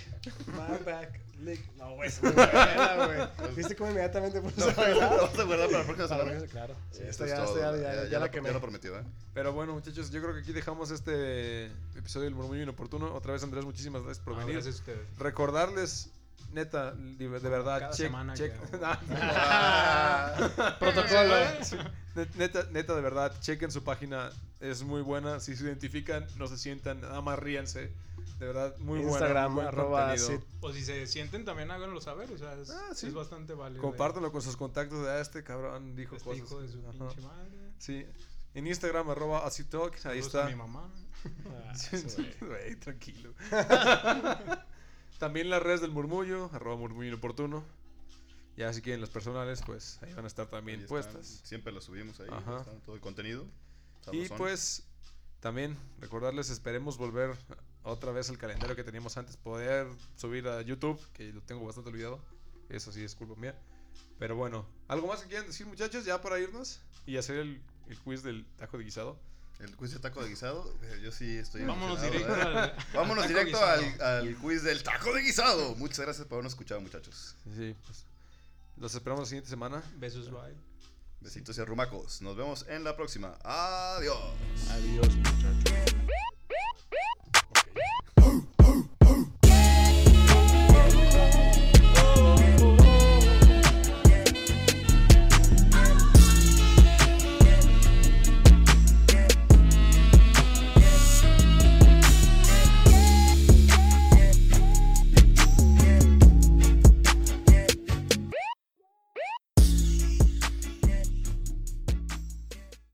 my back, lick. No, güey, [LAUGHS] es muy buena, güey. ¿Viste cómo inmediatamente [LAUGHS] puse a
¿La
bailar?
vas a guardar para la próxima semana?
Claro. Sí,
Esto
esta
es
ya, esta
todo.
ya, ya, ya la
lo-
quemé.
Ya lo
[LAUGHS]
prometió, ¿eh?
Pero bueno, muchachos, yo creo que aquí dejamos este episodio del murmullo inoportuno. Otra vez, Andrés, muchísimas gracias por venir.
Ah, Gracias a ustedes.
Recordarles, neta, de, de verdad,
Cada
check,
semana
check. [LAUGHS]
que-
Ah.
Protocolo.
Sí. Net- Neta, neta, de verdad, chequen su página, es muy buena. Si se identifican, no se sientan, nada más ríanse. De verdad, muy buena,
Instagram,
muy buen
arroba
contenido.
sit-
O si se sienten, también háganlo saber. O sea, es,
Ah, sí.
es bastante válido.
Compártanlo con sus contactos de "Ah, este cabrón, dijo
Este
cosas.
hijo de su
Ajá.
pinche madre.
Sí. En Instagram, arroba asitalk, ahí
Saludos a
está.
Mi mamá.
Ah,
[LAUGHS]
Sí,
sí,
sí, [LAUGHS] güey, tranquilo. También las redes del murmullo, arroba murmullo inoportuno. Ya si quieren las personales, pues ahí van a estar también
Ahí están.
puestas.
Siempre lo subimos ahí.
Ajá.
está todo el contenido.
Y
Sabrosón.
pues también recordarles, esperemos volver otra vez al calendario que teníamos antes, poder subir a YouTube, que lo tengo bastante olvidado. Eso sí, es culpa mía. Pero bueno, ¿algo más que quieran decir muchachos ya para irnos y hacer el, el quiz del taco de guisado?
El quiz de taco de guisado, eh, yo sí estoy.
Vámonos directo
emocionado, ¿eh?
al.
Vámonos
al
directo
taco
al,
guisado.
al quiz del taco de guisado. Muchas gracias por habernos escuchado, muchachos.
Sí, sí, pues, los esperamos la siguiente semana.
Besos, bye.
Besitos y arrumacos. Nos vemos en la próxima. Adiós.
Adiós, muchachos.